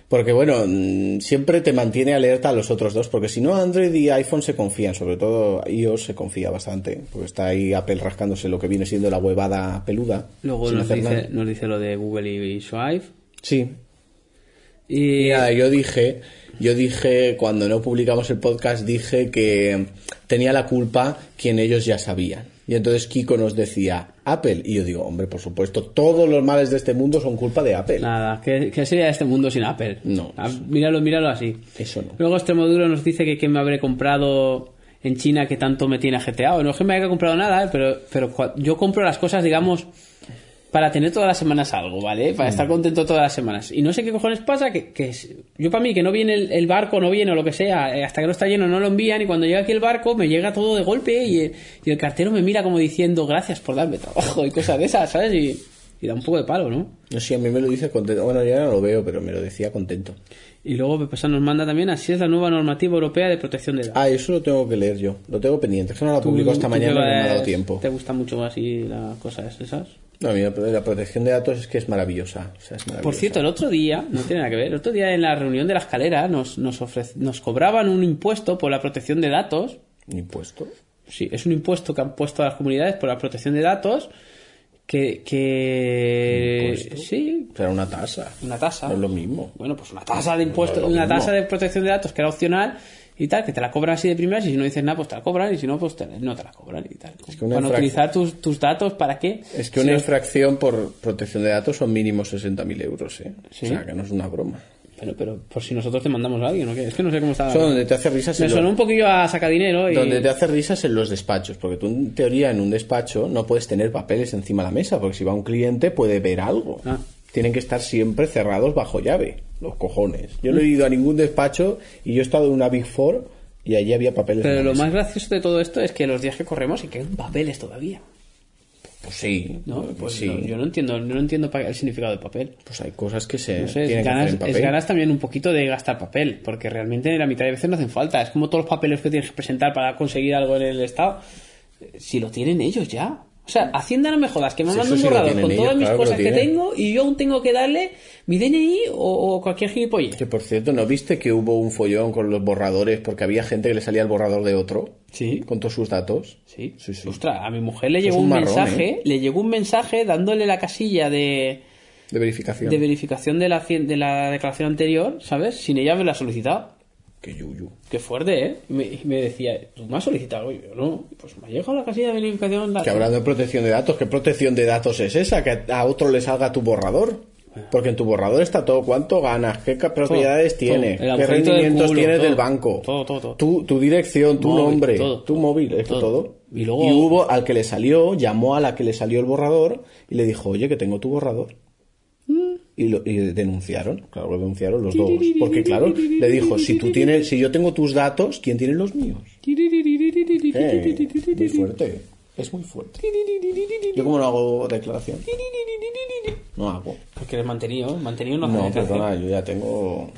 [SPEAKER 2] Porque, bueno, mm, siempre te mantiene alerta a los otros dos. Porque si no, Android y iPhone se confían. Sobre todo iOS se confía bastante. Porque está ahí Apple rascándose lo que viene siendo la huevada peluda.
[SPEAKER 1] Luego
[SPEAKER 2] sin
[SPEAKER 1] nos
[SPEAKER 2] hacer
[SPEAKER 1] dice,
[SPEAKER 2] nada.
[SPEAKER 1] nos dice lo de Google y, y Swipe.
[SPEAKER 2] Sí.
[SPEAKER 1] Y
[SPEAKER 2] Y nada, yo dije, yo dije, cuando no publicamos el podcast, dije que tenía la culpa quien ellos ya sabían. Y entonces Kiko nos decía, Apple. Y yo digo, hombre, por supuesto, todos los males de este mundo son culpa de Apple.
[SPEAKER 1] nada, ¿qué, qué sería este mundo sin Apple?
[SPEAKER 2] No.
[SPEAKER 1] Ah, Míralo, míralo así.
[SPEAKER 2] Eso no.
[SPEAKER 1] Luego Extremoduro nos dice que quién me habré comprado en China que tanto me tiene ajeteado. No es que me haya comprado nada, ¿eh? pero, pero cua- yo compro las cosas, digamos, para tener todas las semanas algo, ¿vale? Para estar contento todas las semanas. Y no sé qué cojones pasa, que, que es- yo para mí, que no viene el, el barco, no viene o lo que sea, eh, hasta que no está lleno no lo envían y cuando llega aquí el barco me llega todo de golpe y, el- y el cartero me mira como diciendo gracias por darme trabajo y cosas de esas, ¿sabes? Y, y da un poco de palo, ¿no?
[SPEAKER 2] No sé, a mí me lo dice contento. Bueno, yo no lo veo, pero me lo decía contento.
[SPEAKER 1] Y luego Pepe San nos manda también, así es la nueva normativa europea de protección de datos.
[SPEAKER 2] Ah, eso lo tengo que leer yo. Lo tengo pendiente. Es que no lo
[SPEAKER 1] Tú-
[SPEAKER 2] publico esta
[SPEAKER 1] tú
[SPEAKER 2] mañana,
[SPEAKER 1] te
[SPEAKER 2] no me ha dado
[SPEAKER 1] vas-
[SPEAKER 2] tiempo.
[SPEAKER 1] ¿Te gusta mucho así las cosas esas?
[SPEAKER 2] No, a mí la, la protección de datos es que es maravillosa. O sea, es maravillosa.
[SPEAKER 1] Por cierto, el otro día, no tiene nada que ver, el otro día en la reunión de la escalera nos, nos, ofrec- nos cobraban un impuesto por la protección de datos.
[SPEAKER 2] Impuesto.
[SPEAKER 1] Sí, es un impuesto que han puesto a las comunidades por la protección de datos que... que
[SPEAKER 2] ¿Impuesto?
[SPEAKER 1] sí,
[SPEAKER 2] Será una tasa.
[SPEAKER 1] una tasa.
[SPEAKER 2] No es lo mismo.
[SPEAKER 1] Bueno, pues una tasa de impuesto,
[SPEAKER 2] No es lo
[SPEAKER 1] una
[SPEAKER 2] mismo.
[SPEAKER 1] tasa de protección de datos que era opcional y tal, que te la cobran así de primeras y si no dices nada, pues te la cobran y si no, pues te- no te la cobran y tal.
[SPEAKER 2] que una
[SPEAKER 1] Van a
[SPEAKER 2] infrac-
[SPEAKER 1] utilizar tus, tus datos para qué.
[SPEAKER 2] Es que
[SPEAKER 1] Si
[SPEAKER 2] una
[SPEAKER 1] los-
[SPEAKER 2] infracción por protección de datos son mínimo 60.000 euros, ¿eh?
[SPEAKER 1] Sí.
[SPEAKER 2] O sea, que no es una broma.
[SPEAKER 1] Pero, pero por si nosotros te mandamos a alguien, ¿o qué? Es que no sé cómo está.
[SPEAKER 2] Eso donde te hace risas
[SPEAKER 1] Me
[SPEAKER 2] en
[SPEAKER 1] sonó un
[SPEAKER 2] los,
[SPEAKER 1] poquillo a sacadinero y...
[SPEAKER 2] donde te hace risas en los despachos, porque tú en teoría en un despacho no puedes tener papeles encima de la mesa, porque si va un cliente puede ver algo.
[SPEAKER 1] Ah.
[SPEAKER 2] Tienen que estar siempre cerrados bajo llave, los cojones. Yo no
[SPEAKER 1] Mm.
[SPEAKER 2] he ido a ningún despacho y yo he estado en una Big Four y allí había papeles.
[SPEAKER 1] Pero
[SPEAKER 2] en la
[SPEAKER 1] lo
[SPEAKER 2] mesa.
[SPEAKER 1] más gracioso de todo esto es que los días que corremos y que hay papeles todavía.
[SPEAKER 2] pues sí,
[SPEAKER 1] ¿no?
[SPEAKER 2] pues,
[SPEAKER 1] Pues
[SPEAKER 2] sí.
[SPEAKER 1] no, yo no entiendo, yo no entiendo pa- el significado de papel.
[SPEAKER 2] Pues hay cosas que se
[SPEAKER 1] No sé,
[SPEAKER 2] tienen
[SPEAKER 1] es
[SPEAKER 2] que hacer
[SPEAKER 1] ganas,
[SPEAKER 2] en papel.
[SPEAKER 1] es ganas también un poquito de gastar papel, porque realmente la mitad de veces no hacen falta. Es como todos los papeles que tienes que presentar para conseguir algo en el Estado. Eh, si lo tienen ellos ya. O sea, Hacienda no me jodas, que me
[SPEAKER 2] Sí,
[SPEAKER 1] manda
[SPEAKER 2] eso
[SPEAKER 1] un
[SPEAKER 2] sí lo
[SPEAKER 1] borrador
[SPEAKER 2] tienen
[SPEAKER 1] con
[SPEAKER 2] ellos,
[SPEAKER 1] todas mis
[SPEAKER 2] claro que lo
[SPEAKER 1] cosas que
[SPEAKER 2] tienen.
[SPEAKER 1] tengo y yo aún tengo que darle mi DNI o, o cualquier gilipollez.
[SPEAKER 2] Que por cierto, ¿no viste que hubo un follón con los borradores porque había gente que le salía el borrador de otro?
[SPEAKER 1] Sí.
[SPEAKER 2] Con todos sus datos.
[SPEAKER 1] Sí.
[SPEAKER 2] Sí, sí.
[SPEAKER 1] Ostras, a mi mujer le
[SPEAKER 2] Eso es
[SPEAKER 1] llegó un,
[SPEAKER 2] un marrón,
[SPEAKER 1] mensaje,
[SPEAKER 2] ¿eh?
[SPEAKER 1] le llegó un mensaje dándole la casilla de,
[SPEAKER 2] De verificación.
[SPEAKER 1] de verificación de la, cien- de la declaración anterior, ¿sabes? Sin ella haberla solicitado.
[SPEAKER 2] Qué yuyu.
[SPEAKER 1] Qué fuerte, ¿eh? Y me, y me decía, ¿tú me has solicitado? Y yo, no, pues me ha llegado la casilla de verificación. la-
[SPEAKER 2] Que hablando de protección de datos, ¿qué protección de datos es esa? Que a otro le salga tu borrador. Porque en tu borrador está todo cuánto ganas, qué propiedades
[SPEAKER 1] todo.
[SPEAKER 2] tienes,
[SPEAKER 1] El
[SPEAKER 2] qué
[SPEAKER 1] agujerito del
[SPEAKER 2] rendimientos
[SPEAKER 1] culo,
[SPEAKER 2] tienes
[SPEAKER 1] todo.
[SPEAKER 2] del banco,
[SPEAKER 1] Todo, todo, todo.
[SPEAKER 2] Tu, tu dirección, tu
[SPEAKER 1] Móvil,
[SPEAKER 2] nombre,
[SPEAKER 1] todo.
[SPEAKER 2] tu móvil, esto
[SPEAKER 1] Todo.
[SPEAKER 2] todo.
[SPEAKER 1] Y luego-
[SPEAKER 2] hubo al que le salió, llamó a la que le salió el borrador y le dijo, oye, que tengo tu borrador.
[SPEAKER 1] Mm.
[SPEAKER 2] Y, lo, y denunciaron, claro, lo denunciaron los dos. Porque, claro, le dijo, si tú tienes, si yo tengo tus datos, ¿quién tiene los míos? Eh, muy fuerte. Es muy fuerte. Yo como no hago declaración. No hago.
[SPEAKER 1] Porque el mantenido, el mantenido no hace
[SPEAKER 2] No,
[SPEAKER 1] declaración.
[SPEAKER 2] perdona, yo ya tengo...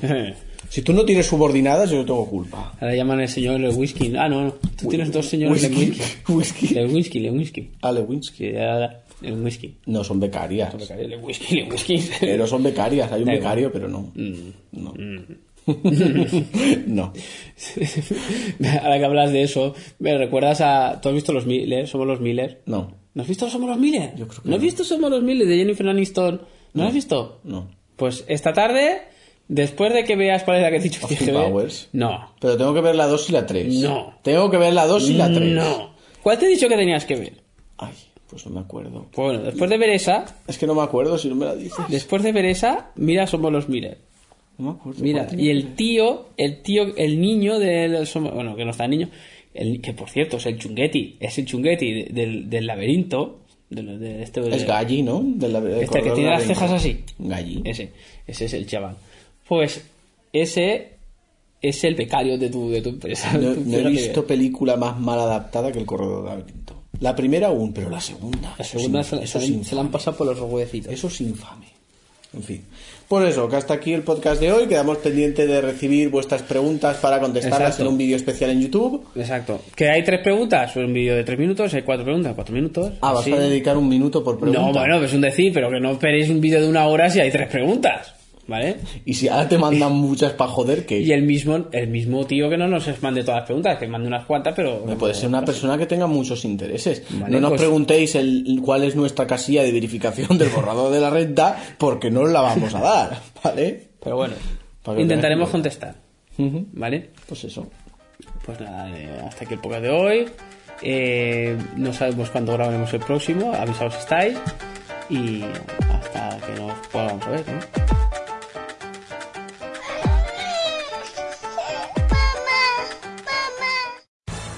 [SPEAKER 2] Si tú no tienes subordinadas, yo no tengo culpa.
[SPEAKER 1] Ahora llaman al señor Lewinsky. Ah, no, no. Tú tienes dos señores
[SPEAKER 2] Whisky.
[SPEAKER 1] Lewinsky.
[SPEAKER 2] Whisky.
[SPEAKER 1] Lewinsky, Lewinsky.
[SPEAKER 2] Ah, Lewinsky.
[SPEAKER 1] Que ya Lewinsky.
[SPEAKER 2] No, son becarias.
[SPEAKER 1] Lewinsky, Lewinsky.
[SPEAKER 2] Pero son becarias. Hay un
[SPEAKER 1] Da igual. Mm.
[SPEAKER 2] becario, pero no. No. no.
[SPEAKER 1] Ahora que hablas de eso, me recuerdas a. ¿Tú has visto los Miller? Somos los Miller.
[SPEAKER 2] No.
[SPEAKER 1] ¿No has visto Somos los Miller?
[SPEAKER 2] Yo creo que
[SPEAKER 1] ¿No has
[SPEAKER 2] no.
[SPEAKER 1] visto Somos los Miller de Jennifer Aniston? ¿No, lo has visto?
[SPEAKER 2] No.
[SPEAKER 1] Pues esta tarde, después de que veas cuál es la que he dicho que
[SPEAKER 2] Austin
[SPEAKER 1] tienes que ver-
[SPEAKER 2] Powers.
[SPEAKER 1] No.
[SPEAKER 2] Pero tengo que ver la 2 y la 3.
[SPEAKER 1] No.
[SPEAKER 2] Tengo que ver la 2 y la 3.
[SPEAKER 1] No. ¿Cuál te he dicho que tenías que ver?
[SPEAKER 2] Ay, pues no me acuerdo.
[SPEAKER 1] Pues bueno, después de ver esa,
[SPEAKER 2] Es que no me acuerdo si no me la dices.
[SPEAKER 1] después de ver esa, mira Somos los Miller.
[SPEAKER 2] No me acuerdo.
[SPEAKER 1] Mira,
[SPEAKER 2] ¿Cuál tenía
[SPEAKER 1] y
[SPEAKER 2] que
[SPEAKER 1] el tío, el tío, el niño del... som- Bueno, que no está niño, el- que por cierto es el chunguetti, es el chunguetti de- del, del laberinto, de, lo- de este...
[SPEAKER 2] ver? Es Galli, ¿no? De la, de
[SPEAKER 1] Este que
[SPEAKER 2] color
[SPEAKER 1] tiene las
[SPEAKER 2] naranja.
[SPEAKER 1] cejas así.
[SPEAKER 2] Galli.
[SPEAKER 1] Ese, ese es el chaval. Pues ese es el becario de tu, de tu empresa.
[SPEAKER 2] No,
[SPEAKER 1] Tú
[SPEAKER 2] no he
[SPEAKER 1] fíjate
[SPEAKER 2] visto
[SPEAKER 1] bien.
[SPEAKER 2] película más mal adaptada que El Corredor del Laberinto. La primera aún, pero la segunda.
[SPEAKER 1] La segunda
[SPEAKER 2] eso
[SPEAKER 1] se,
[SPEAKER 2] es
[SPEAKER 1] la-
[SPEAKER 2] in- eso es
[SPEAKER 1] se la- se la han
[SPEAKER 2] infame.
[SPEAKER 1] pasado por los huevecitos.
[SPEAKER 2] Eso es infame. En fin. Por eso, que hasta aquí el podcast de hoy. Quedamos pendientes de recibir vuestras preguntas para contestarlas
[SPEAKER 1] Exacto.
[SPEAKER 2] en un vídeo especial en YouTube.
[SPEAKER 1] Exacto. Que hay tres preguntas, un vídeo de tres minutos, hay cuatro preguntas, cuatro minutos.
[SPEAKER 2] Ah, vas
[SPEAKER 1] así.
[SPEAKER 2] a dedicar un minuto por pregunta.
[SPEAKER 1] No, bueno, es un decir, pero que no esperéis un vídeo de una hora si hay tres preguntas, ¿vale?
[SPEAKER 2] Y si ahora te mandan muchas para joder, que
[SPEAKER 1] Y el mismo, el mismo tío que no nos mande todas las preguntas, que mande unas cuantas, pero...
[SPEAKER 2] puede ser una persona que tenga muchos intereses.
[SPEAKER 1] Vale,
[SPEAKER 2] no nos
[SPEAKER 1] pues-
[SPEAKER 2] preguntéis el, cuál es nuestra casilla de verificación del borrador de la renta, porque no os la vamos a dar, ¿vale?
[SPEAKER 1] Pero bueno,
[SPEAKER 2] Para que
[SPEAKER 1] intentaremos
[SPEAKER 2] tengáis
[SPEAKER 1] contestar,
[SPEAKER 2] Ujú.
[SPEAKER 1] ¿vale?
[SPEAKER 2] Pues eso.
[SPEAKER 1] Pues nada, eh, hasta aquí el podcast de hoy. Eh, no sabemos cuándo grabaremos el próximo, avisaos si estáis. Y hasta que nos podamos ver, ¿eh? ¿no?